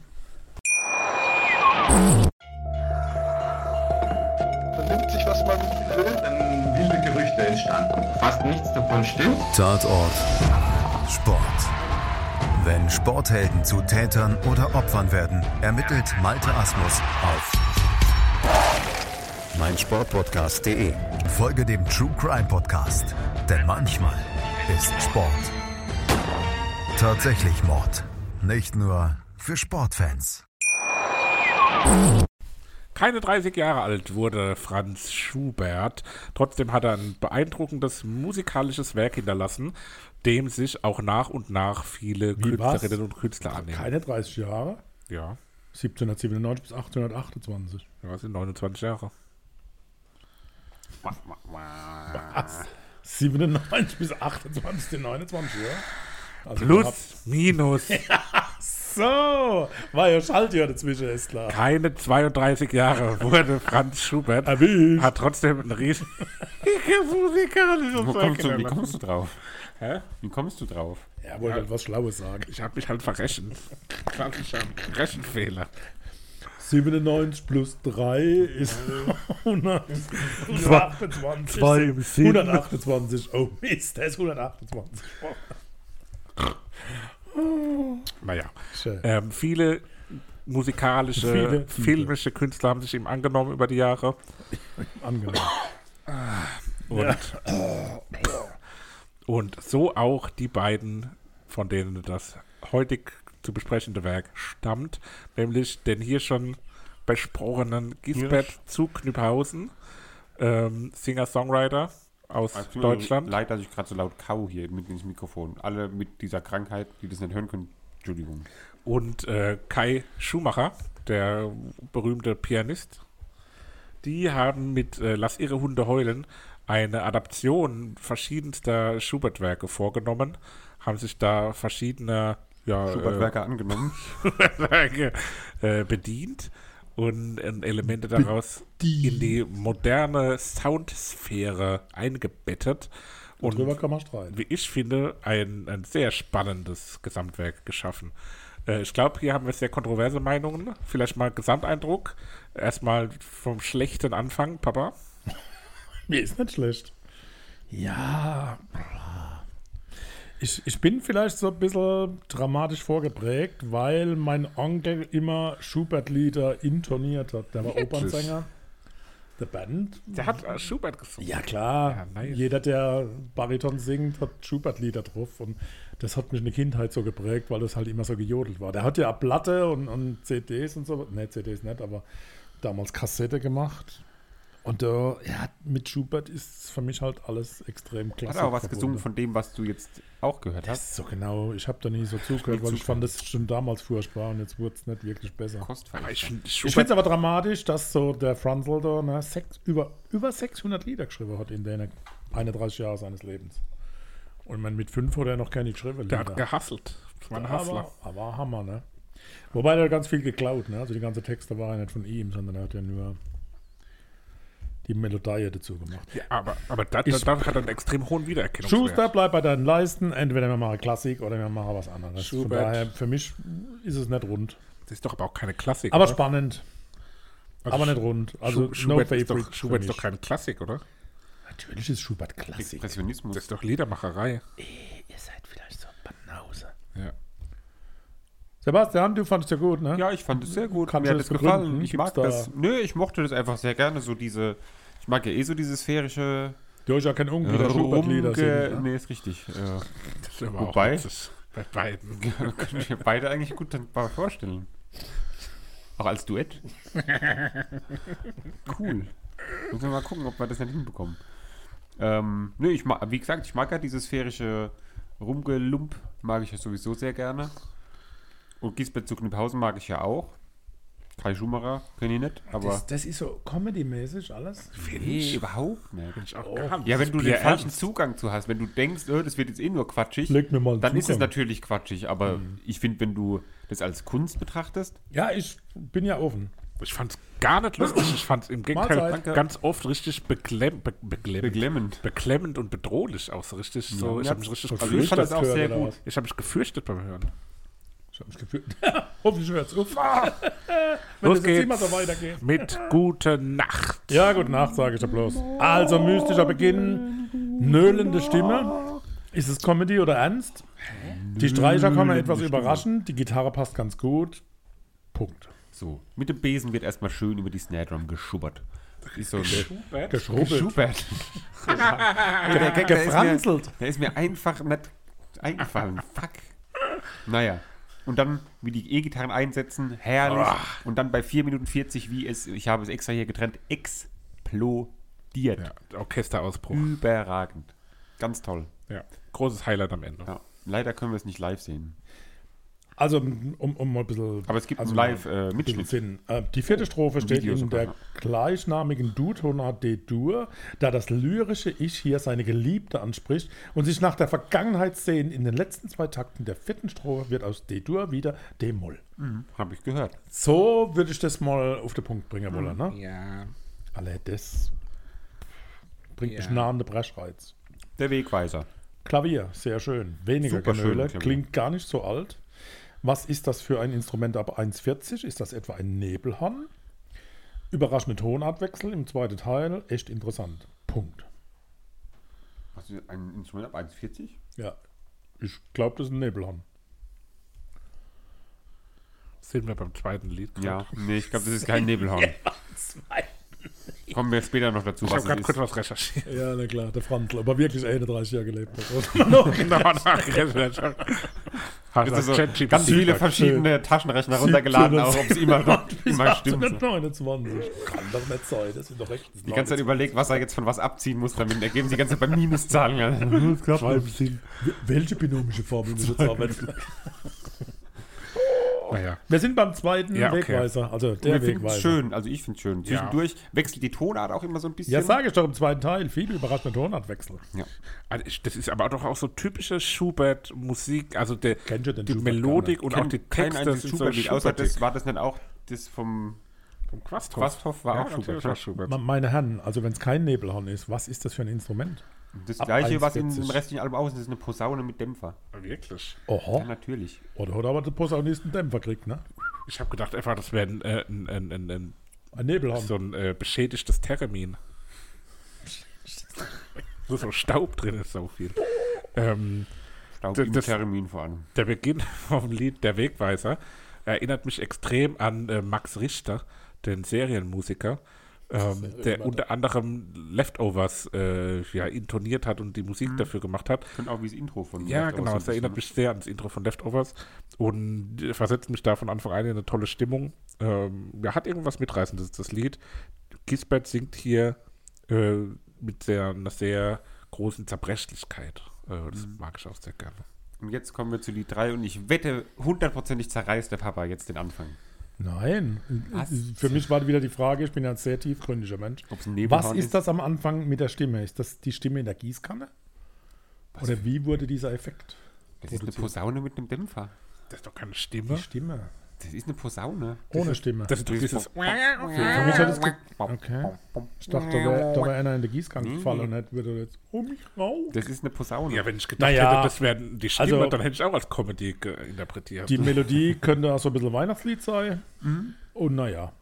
S4: Man nimmt sich, was man will.
S5: Dann viele Gerüchte entstanden. Fast nichts davon stimmt.
S6: Tatort Sport. Wenn Sporthelden zu Tätern oder Opfern werden, ermittelt Malte Asmus auf meinsportpodcast.de. Folge dem True Crime Podcast, denn manchmal ist Sport tatsächlich Mord. Nicht nur für Sportfans.
S1: Keine 30 Jahre alt wurde Franz Schubert. Trotzdem hat er ein beeindruckendes musikalisches Werk hinterlassen, dem sich auch nach und nach viele
S2: Wie, was?
S1: Künstlerinnen und Künstler annehmen.
S2: Keine 30 Jahre.
S1: Ja,
S2: 1797 bis 1828.
S1: ja, das sind 29 Jahre.
S2: 97 bis 28, den 29, ja? Also
S1: Plus, minus,
S2: So, war ja Schaltjahr dazwischen, ist klar.
S1: keine 32 Jahre wurde Franz Schubert.
S2: Erwischt.
S1: Hat trotzdem ein riesiges musikalisches
S3: Wo
S1: Werk
S3: kommst du, wie
S1: hinterlassen.
S3: kommst du drauf? Hä? Wie kommst du drauf?
S2: Er wollte halt was Schlaues sagen.
S1: Ich habe mich halt verrechnet. Klassischer Rechenfehler.
S2: 97 plus 3 ist 128.
S1: Zwei im Sinn.
S2: 128. Oh Mist, der ist 128.
S1: Naja.
S2: Schön.
S1: Ähm, viele musikalische,
S2: Viele, viele.
S1: filmische Künstler haben sich ihm angenommen über die Jahre.
S2: Angenommen.
S1: Und, und so auch die beiden, von denen das heutig zu besprechende Werk stammt, nämlich den hier schon besprochenen Gisbert zu Knüpphausen, ähm, Singer-Songwriter aus
S3: Es tut mir
S1: Deutschland.
S3: Leid, dass ich gerade so laut kau hier mit ins Mikrofon. Alle mit dieser Krankheit, die das nicht hören können. Entschuldigung.
S1: und äh, Kai Schumacher, der berühmte Pianist, die haben mit äh, Lass ihre Hunde heulen eine Adaption verschiedenster Schubert-Werke vorgenommen, haben sich da verschiedene ja, äh,
S3: Schubert-Werke angenommen.
S1: Werke äh, bedient und äh, Elemente daraus in die moderne Soundsphäre eingebettet. Und
S2: Drüber kann man streiten.
S1: wie ich finde, ein, ein sehr spannendes Gesamtwerk geschaffen. Äh, ich glaube, hier haben wir sehr kontroverse Meinungen. Vielleicht mal Gesamteindruck. Erstmal vom schlechten Anfang, Papa.
S2: Mir ist nicht schlecht. Ja. Ich, ich bin vielleicht so ein bisschen dramatisch vorgeprägt, weil mein Onkel immer Schubert-Lieder intoniert hat. Der war Opernsänger der Band.
S1: Der hat äh, Schubert gesungen.
S2: Ja, klar.
S1: Ja, nice.
S2: Jeder, der Bariton singt, hat Schubert-Lieder drauf. Und das hat mich in der Kindheit so geprägt, weil das halt immer so gejodelt war. Der hat ja Platte und, und CDs und so. Ne, CDs nicht, aber damals Kassette gemacht. Und da, ja, mit Schubert ist für mich halt alles extrem klasse.
S3: Hat er auch was gesungen von dem, was du jetzt auch gehört hast?
S2: So genau, ich habe da nie so zugehört, weil ich fand das schon damals furchtbar und jetzt wurde es nicht wirklich besser.
S3: Kostfall.
S1: Ich, find,
S2: Ich
S1: Schubert,
S2: finde es aber dramatisch, dass so der Franzl da ne, sechs, über, über 600 Lieder geschrieben hat in den 31 Jahren seines Lebens. Und man mit fünf hat er noch keine geschrieben.
S1: der hat
S2: Lieder.
S1: gehasselt. Das war ein
S2: aber,
S1: Hassler.
S2: aber Hammer, ne? Wobei der hat ganz viel geklaut, ne? Also die ganzen Texte waren ja nicht von ihm, sondern er hat ja nur die Melodie dazu gemacht.
S1: Ja, aber, aber da, da,
S2: Ich-
S1: da hat er einen extrem hohen Wiedererkennungswert.
S2: Schuster, bleib bei deinen Leisten. Entweder wir machen Klassik oder wir machen was anderes. Von
S1: Schubert.
S2: daher, für mich ist es nicht rund.
S1: Das ist doch aber auch keine Klassik.
S2: Aber
S1: oder?
S2: spannend,
S1: Also
S2: aber
S1: Schu-
S2: nicht rund. Also
S1: Schu- Schubert, ist,
S2: favorite
S1: doch,
S2: für
S1: Schubert ist
S2: mich.
S1: doch keine Klassik, oder?
S2: Natürlich ist Schubert Klassik.
S3: Expressionismus.
S1: Das ist doch Liedermacherei.
S2: Ihr seid vielleicht so Banause.
S1: Ja.
S2: Sebastian, du fandest ja gut, ne?
S3: Ja, ich fand es sehr gut.
S2: Kannst
S3: Mir
S2: du
S3: hat
S2: das
S3: es gefallen.
S2: begründen?
S3: Ich
S2: Gibt's
S3: mag
S2: da-
S3: das. Nö, ich mochte das einfach sehr gerne. So diese. Ich mag ja eh so diese sphärische
S2: Die euch ja kein Unglieder Schubertlieder
S3: Rumge
S2: singen. Ne?
S3: nee, ist richtig. Äh,
S1: Das ist aber
S3: Wobei-
S1: witzig. bei beiden.
S3: können wir beide eigentlich gut dann mal vorstellen. Auch als Duett. Cool. Müssen wir mal gucken, ob wir das nicht hinbekommen. Ähm, nö, ich mag, wie gesagt, ich mag ja dieses sphärische Rumgelump, mag ich ja sowieso sehr gerne. Und Gisbert zu Kniphausen mag ich ja auch. Kai Schumacher kenne ich nicht, aber.
S2: Das, das ist so Comedy-mäßig alles.
S3: nee, überhaupt nicht.
S1: Ich auch gar nicht.
S3: Ja, wenn du
S1: Bier
S3: den falschen
S1: ernst.
S3: Zugang zu hast, wenn du denkst, oh, das wird jetzt eh nur quatschig,
S2: Leg mir mal einen
S3: dann ist es
S2: Zugang.
S3: natürlich quatschig. Aber ich finde, wenn du das als Kunst betrachtest,
S2: Ja, ich bin ja offen.
S1: Ich fand's gar nicht lustig. Ich fand's im Gegenteil
S2: Mahlzeit. Danke.
S1: ganz oft richtig beklemm, be, beklemmend.
S3: Beklemmend.
S1: Beklemmend und bedrohlich auch. So richtig so. Ich
S3: Ja,
S1: habe mich richtig
S3: also ich
S1: gefürchtet.
S3: fand das auch
S2: Flüchtlingstöre
S3: sehr
S2: oder
S3: gut.
S2: was?
S1: Ich habe mich gefürchtet beim Hören.
S2: Ich habe mich gefühlt. Hoffentlich hört's auf. Wenn
S1: Los
S2: das jetzt
S1: geht's.
S2: immer so weitergeht.
S1: Mit Gute Nacht.
S2: Ja, gute Nacht, sage ich da bloß. Also mystischer Beginn, nöhlende Stimme. Ist es Comedy oder Ernst? Die Streicher kommen etwas überraschend, die Gitarre passt ganz gut. Punkt.
S3: So, mit dem Besen wird erstmal schön über die Snare Drum geschubbert. Ist so ein
S2: Geschrubbelt.
S3: Schubert. der, Gag, der, ist mir,
S2: Gefranzelt.
S3: der ist mir einfach nicht eingefallen. Fuck. Naja. Und dann, wie die E-Gitarren einsetzen, herrlich. Und dann bei 4 Minuten 40, wie es, ich habe es extra hier getrennt, explodiert.
S1: Ja, Orchesterausbruch.
S2: Mhm.
S3: Überragend. Ganz toll.
S1: Ja. Großes Highlight am Ende.
S3: Ja. Leider können wir es nicht live sehen.
S2: Also, um, um mal ein bisschen.
S3: Aber es gibt
S2: also, ein
S3: einen
S2: bisschen
S3: Live-Mitschnitt.
S2: Sinn. Äh, die vierte Strophe steht
S3: Video
S2: in
S3: sogar,
S2: der
S3: ja.
S2: gleichnamigen Du-Tonart D-Dur, da das lyrische Ich hier seine Geliebte anspricht und sich nach der Vergangenheit sehen. In den letzten zwei Takten der vierten Strophe wird aus D-Dur wieder D-Moll.
S3: Habe ich gehört.
S2: So würde ich das mal auf den Punkt bringen wollen, ne?
S1: Ja.
S2: Alle das bringt mich nah an den Breschreiz.
S3: Der Wegweiser.
S2: Klavier, sehr schön. Weniger
S3: Super schön,
S2: Kanöle,
S3: Klavier.
S2: klingt gar nicht so alt. Was ist das für ein Instrument ab 1,40? Ist das etwa ein Nebelhorn? Überraschende Tonartwechsel im zweiten Teil, echt interessant. Punkt.
S3: Hast du ein Instrument ab 1,40?
S2: Ja, ich glaube, das ist ein Nebelhorn.
S1: Sind wir beim zweiten Lied?
S3: Ja, nee, ich glaube, das ist kein Nebelhorn. Kommen wir später noch dazu,
S1: Ich habe
S3: was
S1: gerade
S3: es
S1: kurz
S3: ist.
S1: was recherchiert.
S2: Ja, na klar, der Franzl, aber wirklich 31 Jahre gelebt
S1: genau nachgerechnet. Hast
S3: Also
S1: du ChatGPT
S3: ganz viele
S1: gefragt.
S3: verschiedene Taschenrechner runtergeladen, auch ob es immer noch immer stimmt.
S2: 1829. Kann doch nicht sein, das sind doch echt.
S3: Die ganze Zeit überlegt, was er jetzt von was abziehen muss, damit ergeben sie die ganze Zeit bei Minuszahlen.
S2: Welche binomische Formel muss jetzt arbeiten?
S1: Naja.
S2: Wir sind beim zweiten
S1: Ja, okay.
S2: Wegweiser, also der
S3: Wir finden
S2: Wegweiser.
S3: es schön, also ich finde es schön. Zwischendurch wechselt die Tonart auch immer so ein bisschen.
S2: Ja, sage ich doch im zweiten Teil. Viele überraschende Tonartwechsel.
S1: Also ich, das ist aber doch auch so typische Schubert-Musik. Also der,
S2: Kennt ihr den
S1: die
S2: Schubert
S1: Melodik und
S3: Kenn
S1: auch die
S3: kein
S1: Texte
S3: einziges
S1: sind so
S3: Schubert-Lied, außer das
S1: Schubert.
S3: war das nicht auch das vom
S1: Vom Quasthoff.
S3: Quasthoff war
S1: Ja,
S3: auch Schubert.
S1: natürlich
S3: klar.
S1: war Schubert.
S2: Me- Meine Herren, also wenn es kein Nebelhorn ist, was ist das für ein Instrument?
S3: Das
S2: Ab
S3: gleiche, was in
S2: 1,40.
S3: dem restlichen Album aus ist, ist eine Posaune mit Dämpfer.
S1: Wirklich.
S3: Ja,
S2: Oho.
S3: natürlich.
S2: Oder hat aber der Posaunist einen Dämpfer kriegt, ne?
S1: Ich habe gedacht einfach, das wäre ein, äh, ein, ein, ein, ein,
S2: Ein Nebelhorn.
S1: so ein äh, beschädigtes Termin. Nur so Staub drin ist so viel. Ähm,
S3: Staub
S1: Das-
S3: im
S1: das-
S3: Termin vor allem.
S1: Der Beginn vom Lied Der Wegweiser erinnert mich extrem an äh, Max Richter, den Serienmusiker, ähm, der unter anderem Leftovers äh, ja, intoniert hat und die Musik dafür gemacht hat.
S3: Könnte auch wie das Intro von
S1: Ja,
S3: Leftovers
S1: genau.
S3: so ein
S1: Es erinnert mich
S3: bisschen, ne?
S1: sehr ans Intro von Leftovers und äh, versetzt mich da von Anfang an in eine tolle Stimmung. Ähm, ja, hat irgendwas Mitreißendes, das Lied. Gisbert singt hier äh, mit sehr, einer sehr großen Zerbrechlichkeit. Äh,
S3: Mhm.
S1: das mag ich auch sehr gerne.
S3: ne? Und jetzt kommen wir zu Lied 3 und ich wette, hundertprozentig zerreißt der Papa jetzt den Anfang.
S2: Nein.
S3: Was?
S2: Für mich war wieder die Frage, ich bin ja ein sehr tiefgründiger Mensch.
S3: Ob's ein Nebelhorn
S2: Was
S3: ist?
S2: ist das am Anfang mit der Stimme? Ist das die Stimme in der Gießkanne? Oder wie wurde dieser Effekt?
S3: Das ist eine Posaune mit einem Dämpfer.
S1: Das ist doch keine Stimme.
S2: Stimme.
S3: Das ist eine Posaune.
S2: Ohne Stimme.
S1: Das ist doch dieses.
S2: Für mich hat es ge- Okay. Ich dachte, da wäre wär einer in der Gießkanne
S3: Mhm.
S2: gefallen und hätte würde jetzt um mich rauf.
S3: Das ist eine Posaune.
S1: Ja, wenn ich gedacht
S2: Naja,
S1: hätte, das wären die Stimme,
S2: also-
S1: dann hätte ich auch als Comedy ge- interpretiert.
S2: Die Melodie könnte auch so ein bisschen Weihnachtslied sein.
S3: Mhm.
S2: Und naja.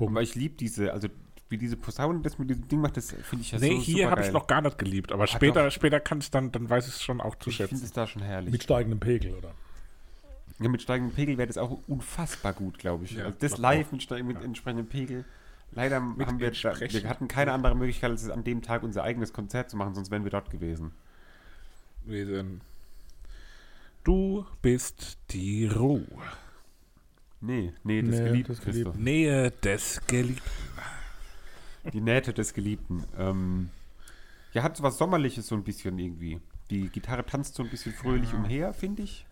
S3: Aber ich liebe diese, also wie diese Posaune das mit diesem Ding macht, das finde ich ja
S1: nee,
S3: so
S1: hier habe ich
S3: supergeil.
S1: noch gar nicht geliebt, aber später, später kann ich dann, dann weiß ich es schon auch zu
S3: Ich finde
S1: schätzen.
S3: es da schon herrlich.
S2: Mit steigendem Pegel, oder?
S3: Ja, mit steigendem Pegel wäre das auch unfassbar gut, glaube ich.
S1: Ja,
S3: also das
S1: glaub
S3: live mit, steig- mit entsprechendem Pegel Leider
S1: Mit
S3: haben wir,
S1: ihm sprechen.
S3: wir hatten keine andere Möglichkeit, als es an dem Tag unser eigenes Konzert zu machen, sonst wären wir dort gewesen.
S1: Wir sind- Du bist die Ruhe.
S3: Nee, nee, des
S2: Nee,
S3: Geliebten,
S2: des Geliebten.
S3: Christoph.
S1: Nähe des Geliebten.
S3: Die Nähte des Geliebten. Ähm, ja, hat so was Sommerliches so ein bisschen irgendwie. Die Gitarre tanzt so ein bisschen fröhlich umher, finde ich.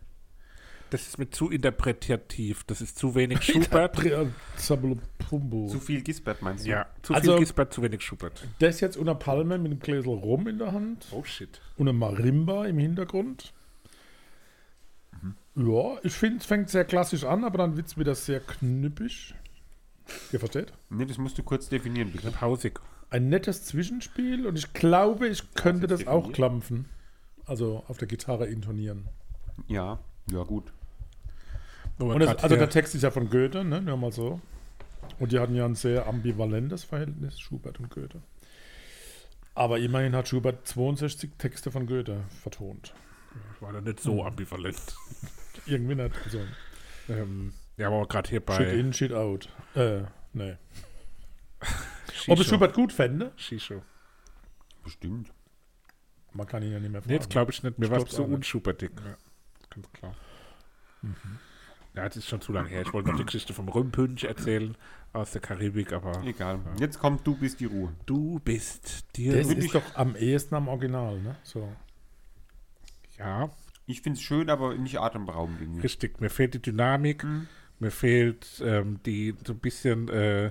S1: Das ist mir zu interpretativ. Das ist zu wenig Schubert.
S2: Pre- Zablopumbo.
S3: Zu viel Gisbert meinst du?
S1: ja, zu
S2: Also-
S1: viel Gisbert, zu wenig Schubert.
S2: Das jetzt unter Palme mit einem Gläsel Rum in der Hand
S1: Oh shit.
S2: und einem Marimba im Hintergrund. Ja, ich finde, es fängt sehr klassisch an, aber dann wird es wieder sehr knüppig. Ihr versteht?
S3: Nee, das musst du kurz definieren, bitte.
S1: Hausig.
S2: Ein nettes Zwischenspiel und ich glaube, ich könnte das
S3: jetzt
S2: auch
S3: definiert?
S2: klampfen. Also auf der Gitarre intonieren.
S3: Ja, ja, gut.
S2: Und das, also der Text ist ja von Goethe, ne? Nur mal so. Und die hatten ja ein sehr ambivalentes Verhältnis, Schubert und Goethe. Aber immerhin hat Schubert 62 Texte von Goethe vertont.
S1: war doch nicht so ambivalent.
S2: Irgendwie nicht. Also,
S1: ähm, ja, aber gerade hier
S2: shit
S1: bei
S2: in, shit out. Äh, nee.
S1: Shisho.
S2: Ob ich Schubert gut fände?
S1: Shisho.
S3: Bestimmt.
S2: Man kann ihn ja nicht mehr fragen.
S1: Nee, das glaube ich nicht. Mir war es
S2: glaub's
S1: zu Mhm.
S2: auch nicht.
S1: unschubertig. Ja, ganz klar. Ja, das ist schon zu lange her. Ich wollte noch die Geschichte vom Rümpünsch erzählen aus der Karibik, aber
S3: Egal. Jetzt kommt Du bist die Ruhe.
S1: du bist dir.
S2: das
S1: ruhig.
S2: ist doch am ehesten am Original, ne? So.
S1: ja,
S3: Ich finde es schön, aber nicht atemberaubend irgendwie.
S1: richtig. Mir fehlt die Dynamik.
S3: Mhm.
S1: Mir fehlt ähm, die so ein bisschen. Äh,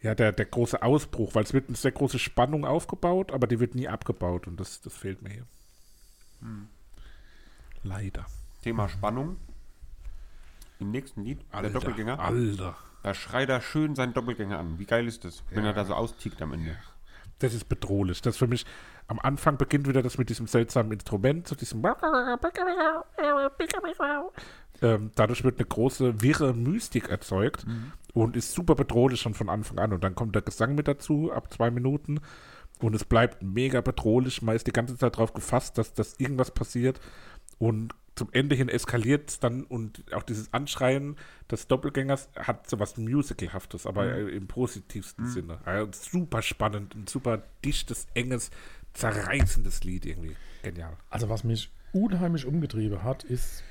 S1: ja, der, der große Ausbruch, weil es wird eine sehr große Spannung aufgebaut, aber die wird nie abgebaut und das, das fehlt mir hier.
S3: Mhm.
S1: Leider.
S3: Thema Spannung. Im nächsten Lied, der Doppelgänger,
S1: Alter.
S3: da schreit er schön seinen Doppelgänger an. Wie geil ist das, wenn er da so austickt am Ende.
S1: Das ist bedrohlich. Das für mich am Anfang beginnt wieder das mit diesem seltsamen Instrument, so diesem. Ähm, dadurch wird eine große wirre Mystik erzeugt und ist super bedrohlich schon von Anfang an. Und dann kommt der Gesang mit dazu ab zwei Minuten und es bleibt mega bedrohlich. Man ist die ganze Zeit darauf gefasst, dass, dass irgendwas passiert und zum Ende hin eskaliert es dann und auch dieses Anschreien des Doppelgängers hat so was Musicalhaftes, aber äh, im positivsten Sinne. Also super spannend, ein super dichtes, enges, zerreißendes Lied irgendwie. Genial.
S2: Also was mich unheimlich umgetrieben hat, ist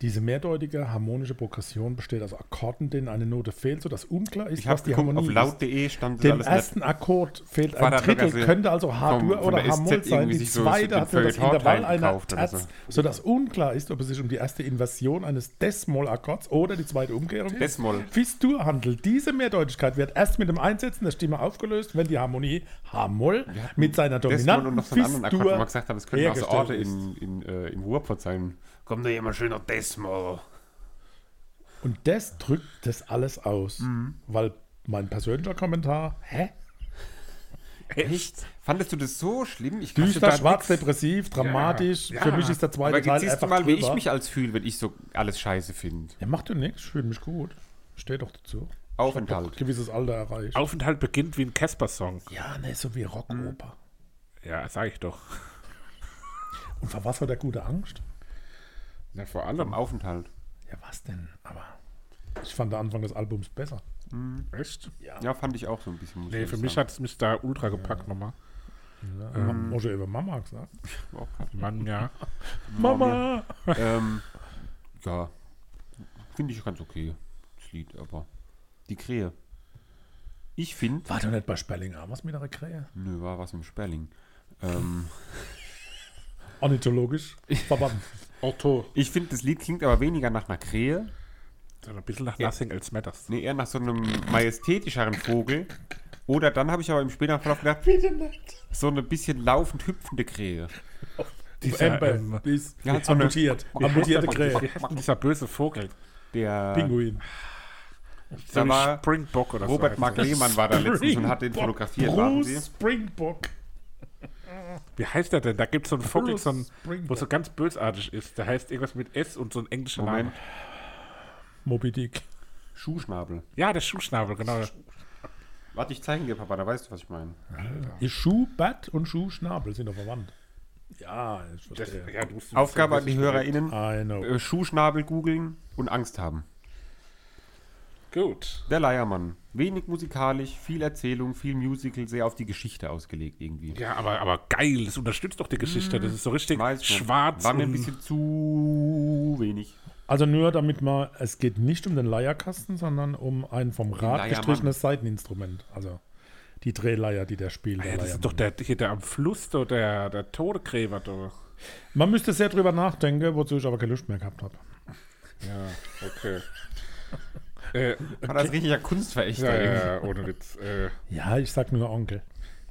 S2: diese mehrdeutige harmonische Progression besteht aus Akkorden, denen eine Note fehlt, sodass unklar ist,
S3: Ich habe
S2: die
S3: geguckt, auf
S2: ist.
S3: laut.de stand das
S2: Dem
S3: alles nett.
S2: ersten Akkord fehlt
S3: War
S2: ein
S3: da
S2: Drittel,
S3: sogar so
S2: könnte also
S3: vom-
S2: H-Dur
S3: von
S2: oder
S3: der
S2: H-Moll
S3: SZ
S2: sein.
S3: irgendwie
S2: Die
S3: sich so
S2: zweite
S3: den
S2: hat nur das
S3: Feuilleton
S2: Intervall einer
S3: reingekauft oder so.
S2: Terz, sodass unklar ist, ob es sich um die erste Inversion eines Desmol-Akkords oder die zweite Umkehrung
S3: Desmol.
S2: Fis-Dur handelt. Diese Mehrdeutigkeit wird erst mit dem Einsetzen der Stimme aufgelöst, wenn die Harmonie H-Moll mit seiner
S3: Desmond
S2: dominanten
S3: und noch so einen anderen Akkord, wo
S2: Fis-Dur
S3: man gesagt hat, es könnten auch so
S2: hergestellt
S3: Orte
S2: ist.
S3: in, in, äh, im Ruhrpott sein. Komm da jemand schöner Desmol.
S2: Und das drückt das alles aus,
S3: Mhm.
S2: weil mein persönlicher Kommentar, hä?
S3: Echt? Fandest du das so schlimm? Ich kannst du
S2: Düster,
S3: da
S2: schwarz,
S3: nix-
S2: depressiv, dramatisch. Für mich ist der zweite
S3: Aber
S2: Teil
S3: jetzt siehst
S2: einfach
S3: du mal, wie
S2: drüber.
S3: ich mich als fühle, wenn ich so alles scheiße finde.
S2: Ja, macht ja nichts, ich fühle mich gut. Steht doch dazu. Ein
S3: Aufenthalt.
S2: gewisses Alter erreicht.
S1: Aufenthalt beginnt wie ein Casper-Song.
S2: Ja, ne, so wie Rockoper.
S1: Ja, sag ich doch.
S2: Und vor was hat er gute Angst?
S1: Na, vor
S3: Am
S1: allem auch.
S3: Aufenthalt.
S2: Ja, was denn? Aber ich fand der Anfang des Albums besser.
S1: Echt?
S3: Ja, fand ich auch so ein bisschen. muss
S1: Nee,
S3: ich
S1: für
S3: sagen.
S1: mich hat es mich da ultra gepackt nochmal.
S2: Ja,
S3: Mhm.
S2: ähm. Muss ich über Mama gesagt.
S3: Auch grad.
S1: Mann, ja.
S2: Mama!
S3: ähm, ja, finde ich ganz okay, das Lied, aber die Krähe. Ich finde,
S2: War doch nicht bei Spelling an, was mit einer Krähe?
S3: nö, war was im Sperling. Ähm,
S2: Ornithologisch. Verwandt.
S1: Otto.
S3: ich finde, das Lied klingt aber weniger nach einer Krähe,
S1: So ein bisschen nach Nothing Else Matters.
S3: nee, eher nach so einem majestätischeren Vogel. Oder dann habe ich aber im späteren Verlauf gedacht, so eine bisschen laufend hüpfende Krähe.
S1: Dieser,
S2: Amber,
S1: ähm,
S2: die ist
S3: ja, hat so eine-
S2: amputiert. Amputierte Krähe.
S1: Wie heißt denn dieser böse Vogel?
S3: Der
S2: Pinguin.
S1: So ein
S3: war
S1: Springbock oder so.
S3: Robert
S1: heißt
S3: Mark
S1: er.
S3: Lehmann war da letztens und hat den
S2: Springbock.
S3: fotografiert, waren Sie?
S2: Bruce Springbock.
S1: Wie heißt der denn? Da gibt es so einen Vogel, so einen,
S2: Springbok.
S1: wo so ganz bösartig ist. Der heißt irgendwas mit S und so ein englischer
S3: Moment.
S1: Name.
S2: Moby Dick.
S3: Schuhschnabel.
S1: Ja, der Schuhschnabel, genau.
S3: Warte, ich zeige dir, Papa, da weißt du, was ich meine.
S2: Ihr Schuhbett und Schuhschnabel sind doch verwandt. Ja, ich
S1: Das,
S2: verstehe.
S1: ja, Ah. du musst-
S3: Aufgabe an die HörerInnen,
S2: I know.
S3: äh, Schuhschnabel googeln und Angst haben.
S1: Gut.
S3: Der Leiermann. Wenig musikalisch, viel Erzählung, viel Musical, sehr auf die Geschichte ausgelegt irgendwie.
S1: Ja, aber, aber geil, das unterstützt doch die Geschichte. Das ist so richtig
S3: Mhm. Weiß nicht.
S1: schwarz.
S3: War mir ein
S1: und-
S3: bisschen zu wenig.
S2: Also nur damit mal, es geht nicht um den Leierkasten, sondern um ein vom Rad
S3: Leiermann.
S2: gestrichenes Seiteninstrument. Also die Drehleier, die der spielt.
S1: Ah ja,
S2: der
S1: das ist
S2: Leiermann.
S1: doch der, hier der am Fluss, doch, der, der Todegräber. Doch.
S2: Man müsste sehr drüber nachdenken, wozu ich aber keine Lust mehr gehabt habe.
S1: Ja, Ah, okay. äh,
S3: War das richtiger Kunstverächter
S1: ja,
S3: irgendwie.
S1: ja, ja, ohne Witz. Äh,
S2: Ja, ich sag nur Onkel.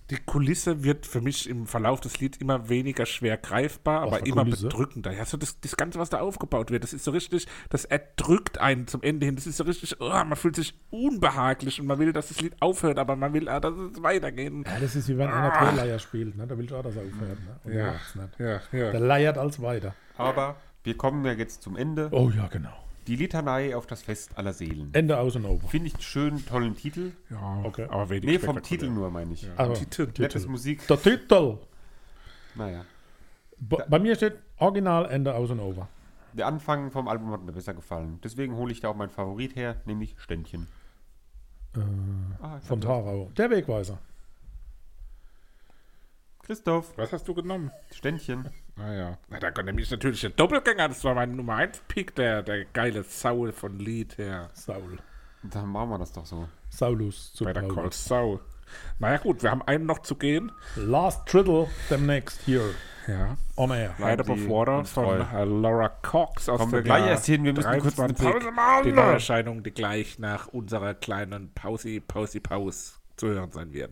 S1: die Kulisse wird für mich im Verlauf des Lieds immer weniger schwer greifbar,
S2: Was
S1: aber
S2: für
S1: immer
S2: Kulisse?
S1: bedrückender. Ja, so das, das Ganze, was da aufgebaut wird, das ist so richtig, das erdrückt einen zum Ende hin. Das ist so richtig, oh, man fühlt sich unbehaglich und man will, dass das Lied aufhört, aber man will, ah, dass es weitergeht.
S2: Ja, das ist wie wenn einer Drehleier spielt, ne? Da will ich auch, dass er aufhört. Ne? Und er macht's nicht.
S1: Ah. ja,
S2: Der leiert als weiter.
S3: Aber wir kommen ja jetzt zum Ende.
S2: Oh ja, genau.
S3: Die Litanei auf das Fest aller Seelen.
S2: Ende aus und over.
S3: Finde ich einen schönen, tollen Titel.
S1: Äh. Ja,
S2: Okay.
S1: Oh, aber wenig
S3: Nee, vom
S1: spektakulär.
S3: Titel nur, meine ich.
S2: Aber
S1: Titel.
S3: Nettes Musik.
S2: Der Titel.
S3: Naja.
S2: Bei- bei mir steht Original Ende aus und over.
S3: Der Anfang vom Album hat mir besser gefallen. Deswegen hole ich da auch meinen Favorit her, nämlich Ständchen.
S2: Äh,
S3: Ah, ich
S2: Von
S3: hab-
S2: Tarau. Der Wegweiser.
S3: Christoph,
S1: Was hast du genommen?
S3: Ständchen.
S1: Ah ja. Na, da kommt nämlich natürlich der Doppelgänger. Das war mein Nummer 1 Pick, der, der geile Saul von Lied her.
S2: Saul.
S3: Dann machen wir das doch so.
S2: Saulus zu
S1: Bei der Call
S2: Paulus.
S1: Saul. Naja gut, wir haben einen noch zu gehen.
S2: Last Trittle demnächst hier
S1: Ja.
S2: on air.
S1: Head
S3: Bleiben
S1: Above
S3: Sie
S1: Water
S3: uns
S1: von
S3: treu.
S1: äh, Laura Cox aus
S3: Kommen wir
S1: dem
S3: gleich
S1: Jahr
S3: erst hin, wir müssen kurz eine
S1: 23.
S3: Pause machen.
S1: Die Neuerscheinung, die gleich nach unserer kleinen Pause, Pause, Pause zu hören sein wird.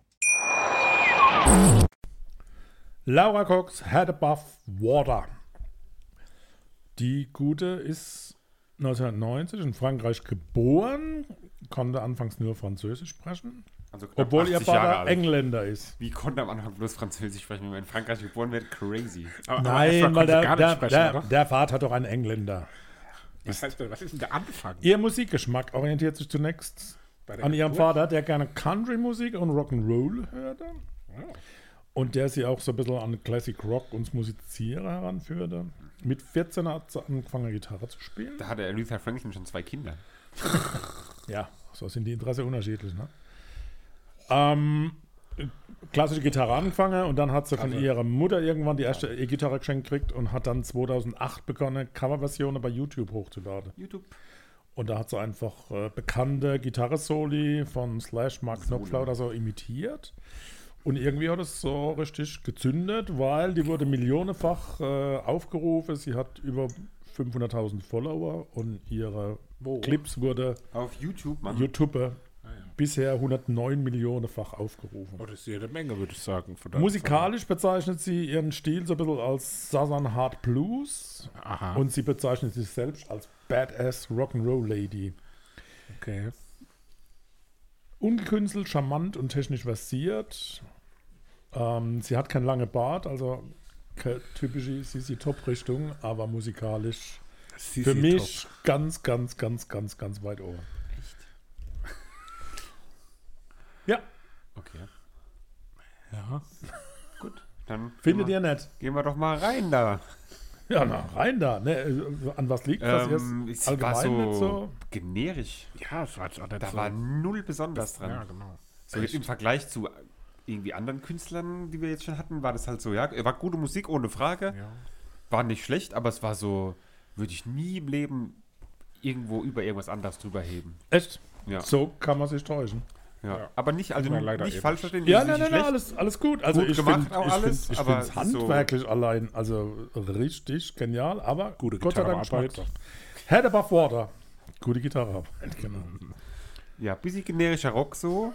S2: Laura Cox, Head Above Water. Die Gute ist 1990 in Frankreich geboren, konnte anfangs nur Französisch sprechen,
S3: Also knapp
S2: obwohl ihr
S3: 80 Jahre
S2: Vater
S3: alt.
S2: Engländer ist.
S3: Wie konnte am Anfang bloß Französisch sprechen, wenn man in Frankreich geboren wird? Crazy.
S2: Ah. Nein, weil der, der, der,
S1: oder?
S2: der Vater hat doch ein Engländer.
S1: Was, heißt, denn- was ist denn der Anfang?
S2: Ihr Musikgeschmack orientiert sich zunächst
S1: Bei der
S2: an ihrem
S1: Geburt?
S2: Vater, der gerne Country-Musik und Rock'n'Roll hörte. Und der sie auch so ein bisschen an Classic Rock und Musizieren heranführte. Mit 14 hat sie angefangen, Gitarre zu spielen.
S3: Da hatte Aretha Franklin schon zwei Kinder.
S2: Ja, so sind die Interessen unterschiedlich. Ne? Ähm, klassische Gitarre angefangen und dann hat sie
S1: Also-
S2: von ihrer Mutter irgendwann die erste E-Gitarre geschenkt gekriegt und hat dann 2008 begonnen, Coverversionen bei YouTube hochzuladen.
S3: YouTube.
S2: Und da hat sie einfach äh, bekannte Gitarre-Soli von Slash, Mark Knopfler oder so imitiert. Und irgendwie hat es so richtig gezündet, weil die wurde millionenfach äh, aufgerufen. Sie hat über 500.000 Follower und ihre Clips wurde
S3: Auf YouTube, Mann.
S2: YouTube bisher 109 Millionenfach aufgerufen.
S1: Oh, das ist jede Menge, würde ich sagen. von der-
S2: Musikalisch bezeichnet sie ihren Stil so ein bisschen als Southern Hard Blues
S3: Ah.
S1: Aha.
S2: und sie bezeichnet sich selbst als Badass Rock'n'Roll Lady.
S1: Okay.
S2: Ungekünstelt, charmant und technisch versiert. Ähm, sie hat keinen langen Bart, also keine typische Sisi Top Richtung, aber musikalisch für mich ganz, ganz, ganz, ganz, ganz weit oben. Ja,
S3: Okay.
S1: Ja.
S3: Gut. Dann
S2: findet
S3: gehen
S2: ihr nett.
S3: wir, gehen wir doch mal rein da.
S2: Ja, na, rein da. Ne, äh, an was liegt das
S3: Ähm,
S2: jetzt?
S3: es war
S2: Allgemein
S3: so,
S2: nicht so.
S3: generisch.
S1: Ja, es war jetzt auch nicht
S3: Da
S1: so.
S3: war null besonders dran.
S1: ja, genau.
S3: So jetzt im Vergleich zu irgendwie anderen Künstlern, die wir jetzt schon hatten, war das halt so, ja, war gute Musik, ohne Frage.
S1: Ja.
S3: War nicht schlecht, aber es war so, würde ich nie im Leben irgendwo über irgendwas anderes drüber heben.
S2: Echt?
S3: Ja.
S2: So kann man sich täuschen.
S3: Ja. Aber nicht, also
S1: Ja, leider
S3: nicht
S1: eben.
S3: falsch verstehen,
S2: eh Ja,
S3: das ist
S2: nein,
S3: nicht
S2: nein, nein,
S3: schlecht.
S2: alles, alles gut. Also
S3: Gut
S2: ich
S3: gemacht
S2: find-
S3: auch
S2: ich
S3: alles,
S2: find, ich
S3: aber
S2: find's
S3: so-
S2: handwerklich allein, also richtig genial, aber
S1: Gute Gitarrearbeit.
S2: schmeckt's. Head above water. Gute Gitarrearbeit, genau.
S3: Ja, bisschen generischer Rock so.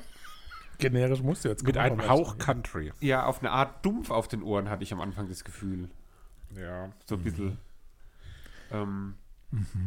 S2: Generisch musst du jetzt
S1: Mit
S2: kommen,
S1: einem
S2: aber
S1: Hauch
S2: ich-
S1: Country.
S3: Ja, auf eine Art dumpf auf
S2: Mhm.
S3: den Ohren hatte ich am Anfang das Gefühl.
S1: Ja.
S3: So ein bisschen. Ähm,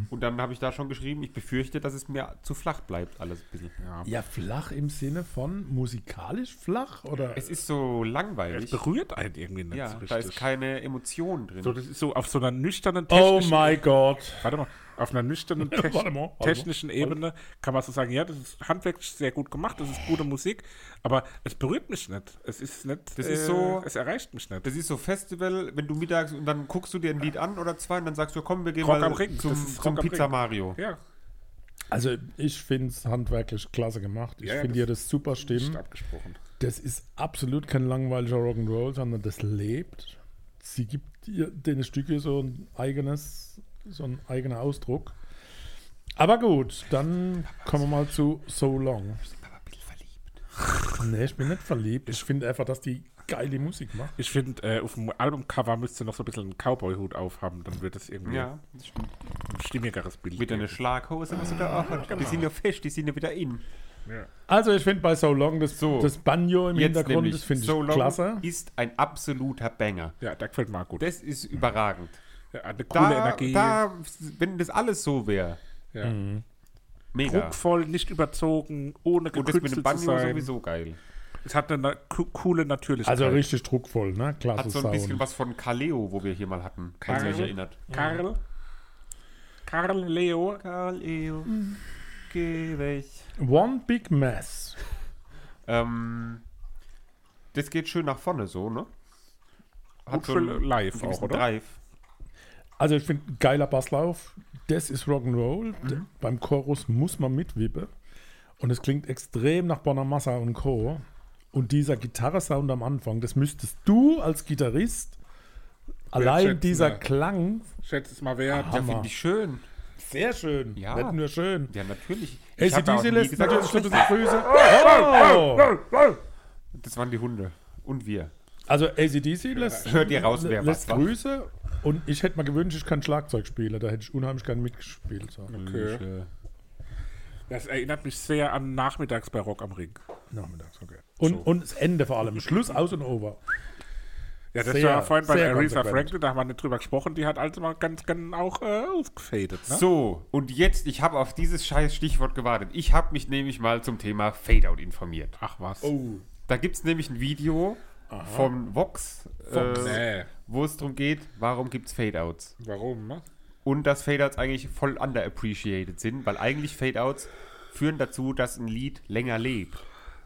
S3: Und dann habe ich da schon geschrieben, ich befürchte, dass es mir zu flach bleibt, alles ein bisschen.
S2: Ja, flach im Sinne von musikalisch flach oder?
S3: Es ist so
S1: Es
S3: langweilig.
S1: berührt einen irgendwie nicht
S3: Ja,
S1: so
S3: da ist
S1: richtig.
S3: keine Emotion drin.
S1: so, das ist so auf so einer nüchternen
S2: oh
S1: technischen-
S2: mein Gott.
S1: Warte mal, auf einer nüchternen techn
S2: Warte mal, warte mal.
S1: technischen Ebene kann man so sagen, ja, das ist handwerklich sehr gut gemacht, das ist gute Musik, aber es berührt mich nicht. Es ist nicht, äh,
S3: Das ist so-
S1: es erreicht mich nicht.
S3: Das ist so Festival, wenn du mittags und dann guckst du dir ein Lied an oder zwei und dann sagst du, komm, wir gehen
S1: Rock
S3: mal
S1: am Ring,
S3: zum,
S1: das ist
S3: zum
S1: Rock am
S3: Pizza
S1: Ring.
S3: Mario.
S1: ja,
S2: Also ich finde es handwerklich klasse gemacht. Ich
S1: Ja, ja,
S2: finde
S1: das-
S2: ja das super
S1: nicht
S2: stimmen.
S1: abgesprochen.
S2: Das ist absolut kein langweiliger Rock'n'Roll, sondern das lebt. Sie gibt ihr den Stücke so ein eigenes, so ein eigener Ausdruck. Aber gut, dann kommen wir mal zu So Long. Nee, ich bin nicht verliebt. Ich finde einfach, dass die geile Musik macht.
S1: Ich finde, äh, auf dem Albumcover müsste noch so ein bisschen einen Cowboy-Hut aufhaben, dann wird es irgendwie
S3: Ja, das stimmt.
S1: ein stimmigeres Bild.
S3: Mit
S1: geben.
S3: einer Schlaghose musst du da auch.
S1: Genau.
S3: Die sind ja fest, die sind ja wieder in.
S2: Also ich finde bei So Long das,
S3: So,
S2: das Banjo im
S3: Jetzt
S2: Hintergrund,
S3: nämlich,
S2: das finde ich
S3: So Long
S2: klasse.
S3: ist ein absoluter Banger.
S1: Ja, der gefällt mir auch gut.
S3: Das ist überragend.
S1: ja, eine Mhm. coole
S3: Da,
S1: Energie.
S3: da, wenn das alles so wäre,
S1: ja.
S3: mega.
S1: Druckvoll, nicht überzogen, ohne
S3: Und das mit dem
S1: gekünstelt zu
S3: Banjo
S1: sein.
S3: sowieso geil.
S1: Es hat eine na- co coole Natürlichkeit.
S2: Also richtig druckvoll, ne? Klasse
S1: Also
S3: Hat so ein bisschen
S2: Sound.
S3: was von Kaleo, wo wir hier mal hatten, falls ihr euch
S1: Karl.
S3: erinnert.
S1: Karl. Karl Leo.
S3: Kaleo, geh weg.
S2: One Big Mess.
S3: Ähm, das geht schön nach vorne so, ne?
S1: Gut für live auch, oder?
S3: Drive.
S2: Also ich finde, geiler Basslauf, das ist Rock'n'Roll. D- Beim Chorus muss man mitwippen. Und es klingt extrem nach Bonamassa und Co. Und dieser Gitarresound am Anfang, das müsstest du als Gitarrist, allein
S1: Wertschätzen,
S2: dieser
S1: ja.
S2: Klang,
S1: Schätze es mal wert.
S3: Ja, finde ich schön.
S2: sehr schön,
S3: Ja.
S2: nicht nur schön.
S3: Ja, natürlich. Ich hab da auch
S2: ACDC
S3: nie
S2: lässt
S3: gesagt, Ah!
S2: natürlich schon ein bisschen Füße. Oh!
S3: Das waren die Hunde. Und wir.
S2: Also ACDC lässt,
S3: Hört ihr raus, wer was
S2: lässt
S3: war?
S2: Grüße. Und ich hätte mir gewünscht, ich kann Schlagzeug spielen. Da hätte ich unheimlich gern mitgespielt. So.
S1: Okay. Das erinnert mich sehr an nachmittags bei Rock am Ring.
S2: Nachmittags, okay. Und, und das Ende vor allem. Schluss, aus und over.
S1: Ja, das
S2: Sehr,
S1: war vorhin bei
S2: sehr
S1: Aretha
S2: konsequent.
S1: Franklin, da haben wir nicht drüber gesprochen, die hat also mal ganz, ganz auch äh, ausgefadet. Ne?
S3: So, und jetzt, ich habe auf dieses scheiß Stichwort gewartet. Ich habe mich nämlich mal zum Thema Fadeout informiert.
S1: Ach was.
S3: Da gibt es nämlich ein Video von Vox, Äh,
S1: Nee,
S3: wo es darum geht, warum gibt es Fadeouts.
S1: warum, ne?
S3: Und dass Fadeouts eigentlich voll underappreciated sind, weil eigentlich Fadeouts führen dazu, dass ein Lied länger lebt.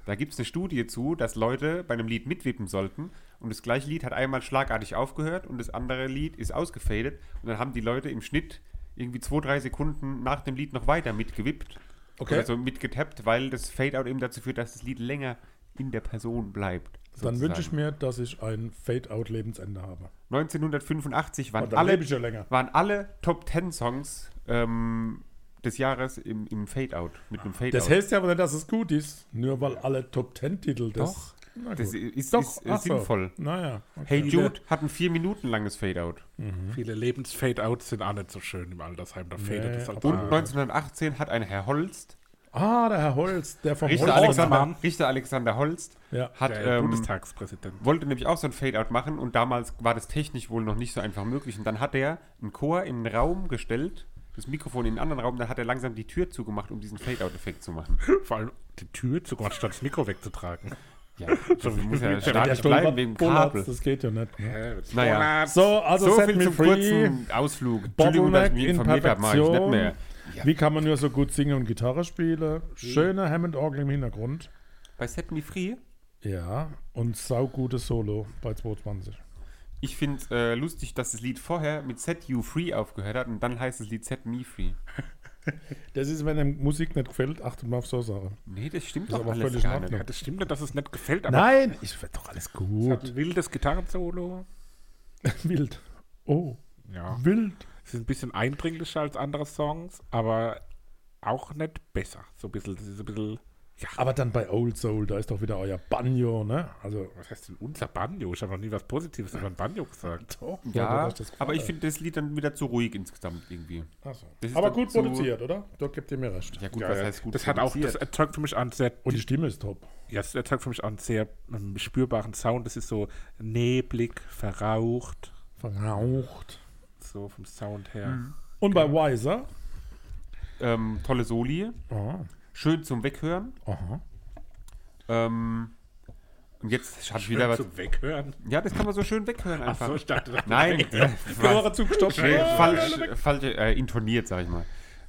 S3: Da gibt es eine Studie zu, dass Leute bei einem Lied mitwippen sollten und das gleiche Lied hat einmal schlagartig aufgehört und das andere Lied ist ausgefadet und dann haben die Leute im Schnitt irgendwie zwei, drei Sekunden nach dem Lied noch weiter mitgewippt.
S2: Okay.
S3: Also mitgetappt, weil das Fadeout eben dazu führt, dass das Lied länger in der Person bleibt.
S2: Dann wünsche ich
S3: sozusagen.
S2: mir, dass ich ein Fade-Out-Lebensende habe.
S3: 1985 waren
S2: dann
S3: alle,
S2: lebe ich ja länger.
S3: waren alle Top 10 Songs ähm, des Jahres im, im Fade-Out, mit einem Fade-Out.
S2: Das heißt ja aber nicht, dass es gut ist. Nur weil alle Top-10-Titel das.
S3: Doch.
S2: Na gut.
S3: Das ist- ist, äh,
S2: ach so.
S3: sinnvoll.
S2: Naja.
S3: Hey Jude hat ein vier Minuten langes Fade-Out.
S1: Viele Lebensfade-Outs sind auch nicht so schön im Altersheim, da fadet
S2: Nee,
S1: es halt
S3: Und
S1: auch.
S3: 1918 hat ein Herr Holst,
S2: Ah, der Herr Holz, der vom
S3: Richter
S2: Holz-
S3: Alexander, Richter Alexander Holst,
S2: Ja.
S3: hat,
S1: der ähm,
S3: ähm,
S1: Bundestagspräsident.
S3: wollte nämlich auch so ein Fade-Out machen und damals war das technisch wohl noch nicht so einfach möglich. Und dann hat er einen Chor in den Raum gestellt, das Mikrofon in den anderen Raum, dann hat er langsam die Tür zugemacht, um dissen Fade-Out-Effekt zu machen.
S1: Vor allem die Tür zu statt das Mikro wegzutragen.
S3: Ja, so muss ja
S2: Der
S3: statisch
S2: Stolper
S3: bleiben wegen
S2: Bullards,
S3: Kabel.
S2: das geht ja nicht. Ne?
S3: Naja.
S2: So, also
S3: so
S2: set
S3: viel
S2: me
S3: zum
S2: free.
S3: kurzen Ausflug. Entschuldigung, dass ich
S2: Bottleneck
S3: mich
S2: in
S3: informiert habe, mache ich nicht
S2: Perfektion.
S3: mehr. Hm.
S2: Wie kann man nur so gut singen und Gitarre spielen? Schöne Hammond-Orgel im Hintergrund.
S3: Bei Set Me Free,
S2: Ja, und saugutes Solo bei 22.
S3: ich finde es äh, lustig, dass das Lied vorher mit Set You Free aufgehört hat und dann heißt das Lied Set Me Free.
S2: Das ist, wenn einem Musik nicht gefällt, achtet mal auf so Sachen.
S3: Nee, das stimmt
S2: Ist
S3: doch
S2: aber
S3: alles
S2: völlig
S3: gar
S2: in
S3: nicht.
S2: Ordnung.
S1: Ja, das stimmt nicht, dass es nicht gefällt, aber
S2: Nein, ich wird doch alles gut.
S1: ein wildes Gitarrensolo.
S2: Wild. Oh,
S1: Ja.
S2: wild.
S1: Es ist ein bisschen eindringlicher als andere Songs, aber auch nicht besser. So ein bisschen, das ist ein bisschen,
S2: Aber dann bei Old Soul, da ist doch wieder euer Banjo, ne? Also,
S1: was heißt denn unser Banjo? Ich habe noch nie was Positives über ein Banjo gesagt.
S2: oh,
S3: Ja,
S2: das ist
S3: aber ich finde das Lied dann wieder zu ruhig insgesamt irgendwie.
S2: Ach so.
S3: das ist
S2: Aber
S3: dann
S2: gut
S3: so-
S2: produziert, oder? Dort gibt ihr mir recht.
S3: Ja gut, was heißt gut
S1: das hat auch, das
S3: produziert?
S1: erzeugt für mich einen sehr,
S2: Und die Stimme ist top.
S1: ja, das erzeugt für mich einen sehr ähm, spürbaren Sound. Das ist so neblig, verraucht,
S2: Verraucht. Mhm.
S1: so vom Sound her.
S2: Und bei Wiser.
S3: Ähm, tolle Soli.
S2: Aha.
S3: Schön zum Weghören.
S2: Aha.
S3: Ähm, und jetzt hat wieder was.
S1: Zum Weghören.
S3: Ja, das kann man so schön weghören einfach.
S1: Achso, ich dachte,
S3: Nein,
S2: Hörer zugestoppt.
S3: Nee, falsch, falsch äh, intoniert, sag ich mal.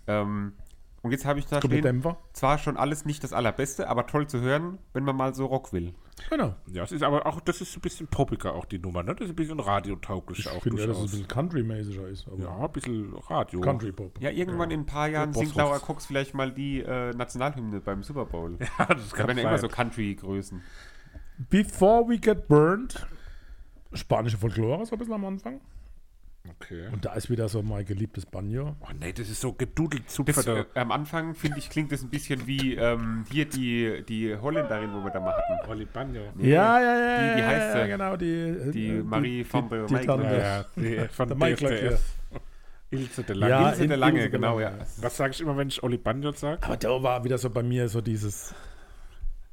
S3: Ähm, und jetzt habe ich da
S2: Kommt der
S3: stehen,
S2: Dämpfer.
S3: zwar schon alles nicht das Allerbeste, aber toll zu hören, wenn man mal so Rock will.
S2: Genau.
S1: Ja, es ist aber auch, das ist ein bisschen poppiger auch die Nummer, ne? Das ist ein bisschen radiotauglich auch
S2: Ich finde, ja, dass es ein
S1: durchaus.
S2: bisschen country-mäßiger ist. Aber
S1: Ja, ein bisschen Radio.
S2: Country-Pop.
S3: Ja, irgendwann in ein paar Jahren
S1: Boss
S3: singt Laura
S1: ruft.
S3: Cox vielleicht mal die äh, Nationalhymne beim Super Bowl. Ja,
S1: Ja, das
S3: da
S1: kann
S3: werden ja
S1: sein.
S3: immer so Country-Größen.
S2: Before we get burned. Spanische Folklore, so ein bisschen am Anfang.
S1: okay.
S2: Und da ist wieder so mein geliebtes Banjo.
S1: Oh nee, das ist so gedudelt
S3: Das, äh,
S1: zupferte.
S3: am Anfang, finde ich, klingt das ein bisschen wie ähm, hier die, die Holländerin, wo wir da mal hatten.
S1: Olibano.
S2: Ja, ja, ja.
S3: Die- die
S2: ja,
S3: heißt
S2: ja,
S3: sie?
S2: genau, die,
S3: Die
S2: äh,
S3: Marie von
S2: die, die
S3: Michael.
S2: Tante.
S1: Ja, ja, die, äh, von
S2: Der
S1: der
S2: Mike gleich wieder.
S1: DSDS. Ilse de Lange.
S2: Ja,
S1: Ilse-
S3: In der
S2: in-
S3: Lange,
S2: in-
S3: genau, ja.
S1: Was sage ich immer, wenn ich Olibano sage?
S2: Aber da war wieder so bei mir so dieses.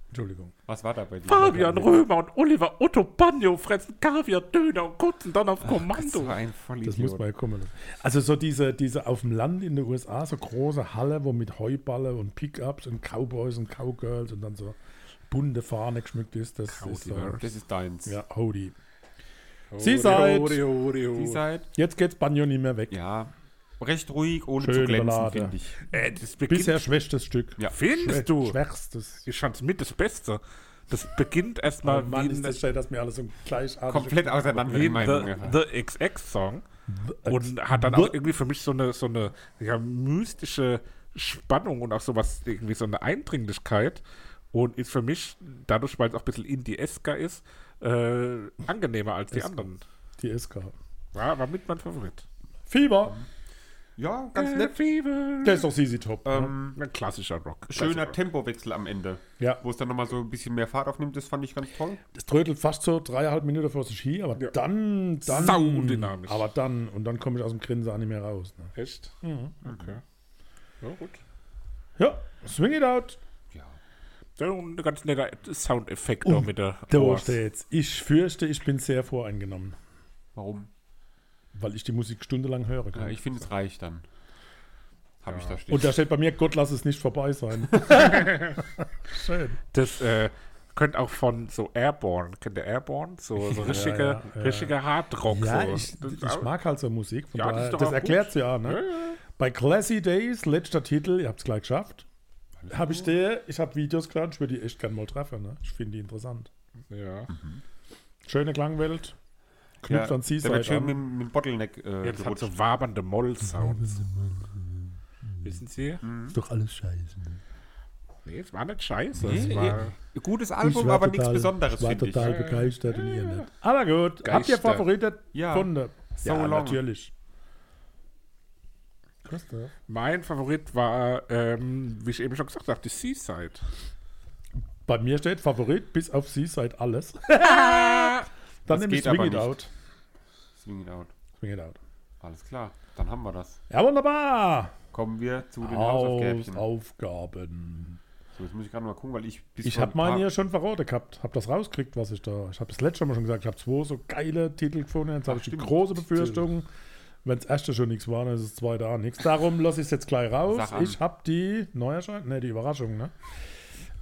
S2: Entschuldigung.
S3: Was war da bei dir?
S1: Fabian Römer und Oliver Otto Bagno fressen Kaviar, Döner und kotzen dann
S3: oh
S1: auf
S3: So
S1: Kommando.
S3: ein
S2: Das
S3: Vollidiot.
S2: muss man ja kommen. Also so diese, diese auf dem Land in den USA, so große Halle, wo mit Heuballe und Pickups und Cowboys und Cowgirls und dann so bunte Fahne geschmückt ist. Das ist so,
S3: Das ist deins.
S2: ja, Howdy. Sie seid,
S3: Die Seite?
S2: jetzt geht's Banjo nicht mehr weg.
S3: Ja. Recht ruhig, ohne
S2: Schöne
S3: zu glänzen,
S2: Ballade.
S3: finde ich.
S1: Äh, das beginnt,
S2: Bisher schwächstes Stück.
S3: Ja.
S1: findest du?
S2: Schwächstes.
S1: Ich fand's mit das Beste. Das beginnt erstmal
S2: Oh Mann,
S1: wie,
S2: ist das
S1: ein-
S2: schön, dass mir alles so gleich
S3: Komplett auseinander, die
S1: wie
S3: Meinung.
S1: ein
S3: Ja.
S1: The, the XX-Song und hat dann auch irgendwie für mich so eine, so eine ja, mystische Spannung und auch sowas, irgendwie so eine Eindringlichkeit und ist für mich, dadurch, weil es auch ein bisschen Indie-esker ist, äh, angenehmer als die anderen.
S2: Die SK.
S1: War, war mit mein Favorit. Äh,
S2: Fieber.
S3: ja,
S2: Äh.
S3: ganz nett.
S2: Der ist doch Sisi Top. ne?
S3: Ähm,
S1: Ein klassischer Rock.
S3: schöner Tempowechsel am Ende.
S2: Ja.
S3: Wo es dann nochmal so ein bisschen mehr Fahrt aufnimmt, das fand ich ganz toll.
S2: Das trödelt fast so dreieinhalb Minuten vor sich hin, aber dann, dann.
S1: Saudynamisch.
S2: Aber dann, und dann komme ich aus dem Grinsen auch nicht mehr raus. Ne?
S1: Echt? Okay. Ja, gut.
S2: Ja, swing it out.
S1: Ja, und ein ganz netter Soundeffekt
S2: Oh,
S1: auch mit der
S2: Da
S1: Oars.
S2: steht's. Ich fürchte, ich bin sehr voreingenommen,
S3: Warum?
S2: weil ich die Musik stundenlang hören
S3: Ja,
S2: kann.
S3: Äh, ich finde, es reicht dann. Habe ich da stehen.
S2: und da steht bei mir, Gott, lass es nicht vorbei sein. Schön.
S1: Das äh, könnte auch von so Airborne, kennt ihr Airborne? So, so richtige,
S2: ja, ja.
S1: richtige Hardrock.
S2: Ja,
S1: so.
S2: ich,
S1: Das-
S2: ich mag halt so Musik. Von
S1: Ja, das
S2: daher,
S1: ist doch
S2: das
S1: auch
S2: erklärt
S1: gut.
S2: ja, ne? Bei Classy Days, letzter Titel, ihr habt es gleich geschafft. Habe ich der, ich habe Videos gelernt, ich würde die echt gerne mal treffen. Ne? Ich finde die interessant.
S1: Ja.
S2: Schöne Klangwelt,
S3: ja,
S2: knüpft
S3: da
S2: an Seaside
S3: wird schön
S2: an.
S3: mit, dem- mit dem Bottleneck äh,
S1: Jetzt hat
S3: gerutscht.
S1: so wabernde Moll-Sounds. Wissen Sie?
S7: Ist doch alles scheiße. Ne?
S1: Nee, es war nicht scheiße.
S3: Nee,
S1: es war
S3: Gutes Album, aber nichts Besonderes,
S7: ich war
S3: finde ich.
S7: total begeistert und ihr nicht.
S2: Aber gut, habt ihr
S1: Geister.
S2: Favorite
S3: Ja.
S2: gefunden?
S3: So long.
S2: natürlich. Christoph.
S1: mein Favorit war, ähm, wie ich eben schon gesagt habe, die Seaside.
S2: Bei mir steht Favorit bis auf Seaside alles. Dann nehme ich
S3: geht aber
S2: Swing It
S3: nicht.
S2: Out.
S3: Swing it out.
S2: Swing It Out.
S3: Alles klar, dann haben wir das.
S2: Ja, wunderbar.
S3: Kommen wir zu den Hausaufgaben.
S2: Hausaufgaben.
S3: So, jetzt muss ich gerade mal gucken, weil ich bis
S2: Ich
S3: vor
S2: habe
S3: ein paar-
S2: meine hier schon verrotet gehabt. Habe das rausgekriegt, was ich da. Ich habe das letzte Mal schon gesagt. Ich habe zwei so geile Titel gefunden. Jetzt habe ich die große Befürchtung, wenn das erste schon nichts war, dann ist das zweite auch nichts. Darum lasse ich es jetzt gleich raus.
S3: Sag an.
S2: Ich habe die Neuerscheinung, ne, die Überraschung, ne?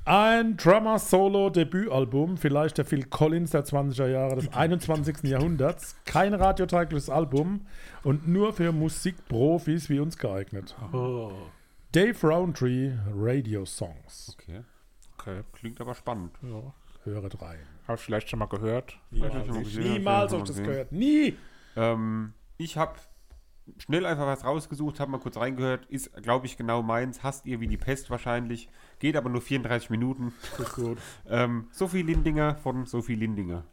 S2: Ein Drummer-Solo-Debütalbum, vielleicht der Phil Collins der 20er Jahre des 21. Jahrhunderts. Kein radioteigliches Album und nur für Musikprofis wie uns geeignet.
S3: Oh.
S2: Dave Rowntree, Radio Songs.
S3: Okay.
S1: Okay.
S3: Klingt aber spannend.
S2: Höret rein.
S1: Habe ich vielleicht schon mal gehört.
S3: Vielleicht hab ich schon mal gesehen,
S2: Niemals
S3: vielleicht
S2: habe ich das
S3: schon mal
S2: gehört. Nie!
S3: Ähm, ich habe schnell einfach was rausgesucht, habe mal kurz reingehört. Ist, glaube ich, genau meins. Hasst ihr wie die Pest wahrscheinlich. Geht aber nur 34 Minuten.
S2: Ist gut.
S3: Ähm, Sophie Lindinger von Sophie Lindinger.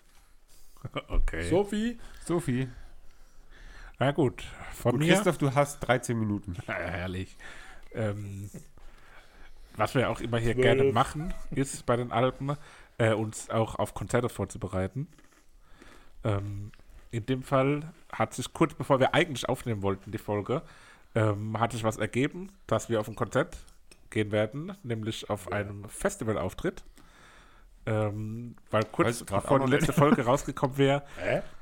S1: Okay.
S2: Sophie,
S3: Sophie.
S1: Na gut. Von
S3: Und
S1: mir.
S3: Christoph, du hast 13 Minuten.
S1: Na, herrlich. Ähm, was wir auch immer hier gerne machen, ist bei den Alpen, äh, uns auch auf Konzerte vorzubereiten. Ähm, in dem Fall hat sich kurz bevor wir eigentlich aufnehmen wollten, die Folge, ähm, hat sich was ergeben, dass wir auf ein Konzert gehen werden, nämlich auf einem Festivalauftritt. Ähm, weil
S3: Weiß
S1: kurz
S3: ich grad auch
S1: bevor
S3: noch
S1: die letzte
S3: nicht.
S1: Folge
S3: Ah.
S1: rausgekommen wäre,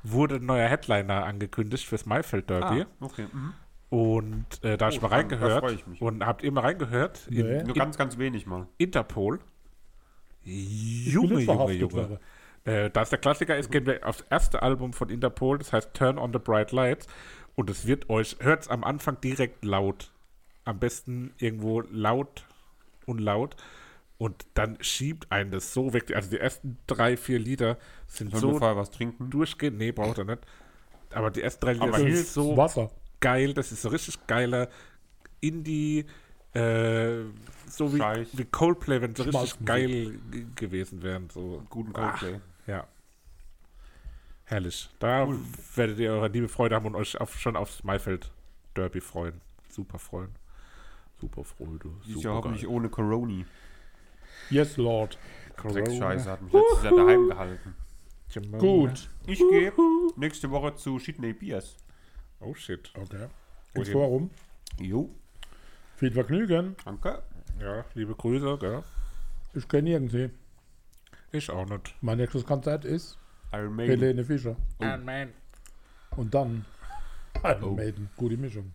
S1: wurde ein neuer Headliner angekündigt fürs Maifeld Derby.
S3: okay. Mhm.
S1: Und äh, da hab ich mal
S3: Oh, da- da
S1: reingehört.
S3: freu ich mich.
S1: Und habt ihr mal reingehört? In
S2: Nee.
S3: Nur ganz, ganz wenig mal.
S1: Interpol. Junge,
S2: nicht
S1: Junge,
S2: verhaftet
S1: Junge.
S2: worden.
S1: Äh, da es der Klassiker ist, gehen wir aufs erste Album von Interpol, das heißt Turn on the Bright Lights. Und es wird euch, hört es am Anfang direkt laut. Am besten irgendwo laut und laut. Und dann schiebt einen das so weg. Also die ersten drei, vier Lieder sind
S3: Sollen wir
S1: so
S3: vorher was trinken?
S1: durchgehend. Nee, braucht er nicht. Aber die ersten drei Lieder
S3: Aber
S1: sind
S3: hilft
S1: so
S2: Wasser.
S1: geil. Das ist so richtig geiler Indie. Äh, so wie,
S3: Scheiß.
S1: wie Coldplay, wenn sie richtig
S2: Schmalzmusik.
S1: geil g- gewesen wären. So.
S3: Guten Coldplay.
S1: Ach, ja. Herrlich. Da werdet ihr eure liebe Freude haben und euch auf, schon aufs Maifeld Derby freuen. Super freuen. Super Freude.
S3: Dies
S1: super
S3: Jahr hoffentlich
S1: geil.
S3: ohne Corona.
S2: Yes, Lord.
S3: Sechs Scheiße hat mich letztes Jahr daheim gehalten.
S2: Gut.
S3: Ich gehe nächste Woche zu Sydney Pierce.
S1: Oh shit.
S2: Okay.
S1: Wohin?
S2: Geht's warum?
S3: Jo.
S2: Viel Vergnügen.
S3: Danke.
S1: Ja, liebe Grüße, gell?
S2: Ich kenne irgendwie.
S1: Ich auch nicht.
S2: Mein nächstes Konzert ist
S3: Iron Maiden.
S2: Helene Fischer. Und dann Iron Maiden. Gute Mischung.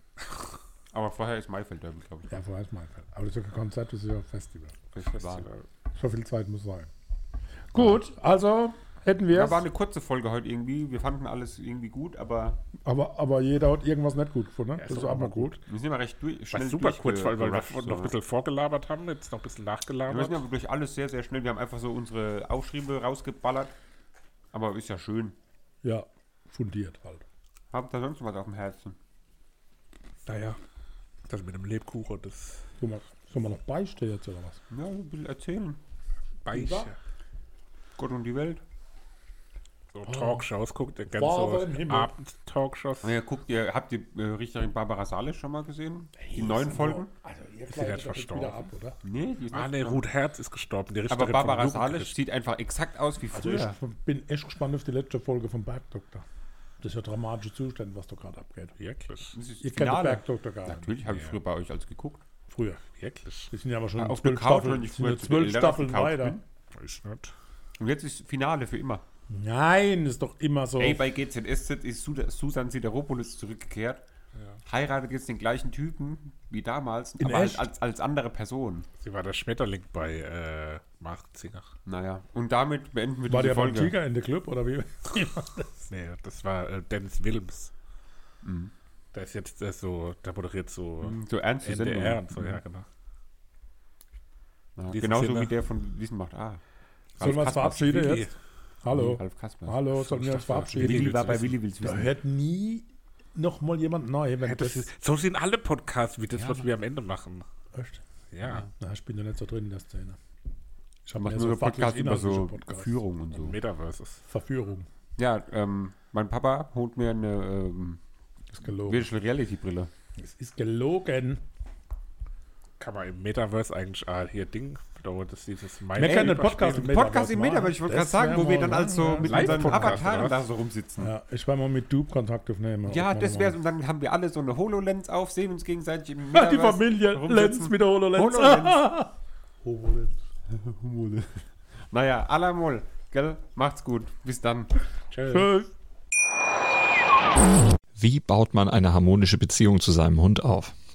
S3: Aber vorher ist Maifeld Derby, glaube ich.
S2: Ja, vorher ist mein Fall. Aber das ist ja kein Konzert, das ist ja ein Festival.
S3: Das war,
S2: So viel Zeit muss sein. Gut, also hätten wir
S3: ja, war
S2: es.
S3: eine kurze Folge heute irgendwie. Wir fanden alles irgendwie gut, aber
S2: Aber, aber jeder hat irgendwas nicht gut gefunden. ne? das ist auch mal gut.
S3: wir sind immer recht durch,
S1: War
S3: schnell
S1: super kurz, weil wir noch, noch ein
S3: durchgerusht, äh, so.
S1: bisschen vorgelabert haben, jetzt noch ein bisschen
S3: Wir müssen
S1: nachgelabert.
S3: aber durch alles sehr, sehr schnell. Wir haben einfach so unsere Aufschriebe rausgeballert. Aber ist ja schön.
S2: Ja, fundiert halt.
S3: Habt ihr sonst noch was auf dem Herzen?
S1: Naja, das mit dem Lebkuchen, das Mhm.
S2: Sollen wir, sollen wir noch beistehen jetzt oder was?
S3: Ja, ein bisschen erzählen.
S1: Beiche.
S3: Gott und die Welt.
S1: So Talkshows, guckt ihr ganz
S2: Wahre
S1: so
S2: im Himmel.
S1: Abend-Talkshows.
S3: Ja, guckt ihr, habt ihr äh, Richterin Barbara Sales schon mal gesehen? Die neuen Folgen?
S2: Also, ihr
S1: gleitet
S2: gleitet
S1: doch jetzt wieder
S2: wieder
S1: ab,
S2: ab, oder?
S3: Nee, die ist
S1: Ah, nee, Ruth Herz ist gestorben, die Richterin
S3: Aber Barbara
S1: vom
S3: Salisch
S1: Jugendgericht.
S3: sieht einfach exakt aus wie
S2: Also,
S3: früher.
S2: ich bin echt gespannt auf die letzte Folge vom Bergdoktor. Das ist ja dramatische Zustand, was da gerade abgeht.
S1: Wirklich,
S3: das ist
S2: Ihr
S3: das
S2: kennt den
S3: Finale.
S2: Bergdoktor gar nicht.
S3: Natürlich habe ich früher bei euch als geguckt.
S2: Früher.
S1: wirklich.
S2: Die sind ja aber
S1: Ah,
S2: schon
S3: Auf der
S2: zwölf
S3: Couch, wenn
S2: Staffeln,
S3: ich
S2: sind
S3: früher
S2: ja
S3: zu den
S2: zwölf
S3: Eltern auf der
S2: Staffeln
S3: Couch
S2: weiter.
S1: ne?
S3: bin.
S1: Weiß nicht.
S3: Und jetzt ist Finale für immer.
S2: Nein, ist doch immer so.
S3: Ey, bei GZSZ ist Su- Susan Sideropoulos zurückgekehrt. Heiratet jetzt den gleichen Typen wie damals, aber halt
S2: echt?
S3: als, als andere Person.
S1: Sie war der Schmetterling bei äh, Mark Zinger.
S3: Naja. Und damit beenden wir
S2: War
S3: diese
S2: der beim
S3: Folge.
S2: Tiger in der Club oder wie?
S1: Nee, das war äh, Dennis Willems. Da ist jetzt äh, so, da moderiert so
S3: Mm, So ernste
S1: NDR
S3: Mhm. Sendung. Mhm.
S1: und so, ja, genau.
S3: Ja,
S1: diesem
S3: genauso
S1: Sinne.
S3: wie der von Wissen macht A.
S2: Sollen wir uns
S3: Kaspers.
S2: verabschieden
S1: Willi.
S2: jetzt? Hallo.
S1: halt
S3: Ralf Kasper.
S2: Hallo, sollen wir uns verabschieden?
S3: Willi war bei Willi Wills
S2: Da
S3: Wissen.
S2: hört nie noch mal jemand neu. Wenn
S1: Das ist, so sind alle Podcasts wie das, was wir am Ende machen.
S2: echt.
S1: Ja,
S2: Na, ich bin da nicht so drin in der Szene. Ich habe
S3: Macht nur so Podcast über so
S2: Podcast.
S3: Führung und so.
S1: Metaverses.
S2: Verführung.
S3: Ja, ähm, mein Papa holt mir eine ähm,
S2: Ist gelogen.
S3: Virtual Reality Brille.
S2: Es ist gelogen.
S1: Kann man im Metaverse eigentlich, ah, hier Ding, da das dieses
S2: Wir
S1: Minecraft
S2: können den Podcast im Metaverse
S3: Podcast im
S2: machen.
S3: Metaverse, ich wollte
S2: Das
S3: gerade sagen,
S2: wär
S3: wo wir
S2: mal
S3: dann
S2: was,
S3: also mit
S1: Live-Podcast,
S3: unseren
S1: oder
S3: Avataren
S1: was?
S3: da so rumsitzen. Ja,
S2: Ja, ich war mal mit Dube Kontakt aufnehmen. Ob man
S3: das
S2: mal-
S3: wäre und dann haben wir alle so eine HoloLens auf, sehen uns gegenseitig im
S2: Ah, die
S3: Metaverse
S2: Familie. Lenz
S3: rumsitzen.
S2: mit der HoloLens.
S3: HoloLens. HoloLens. naja, alamol. Gell? Macht's gut. Bis dann.
S2: Tschüss.
S8: Wie baut man eine harmonische Beziehung zu seinem Hund auf?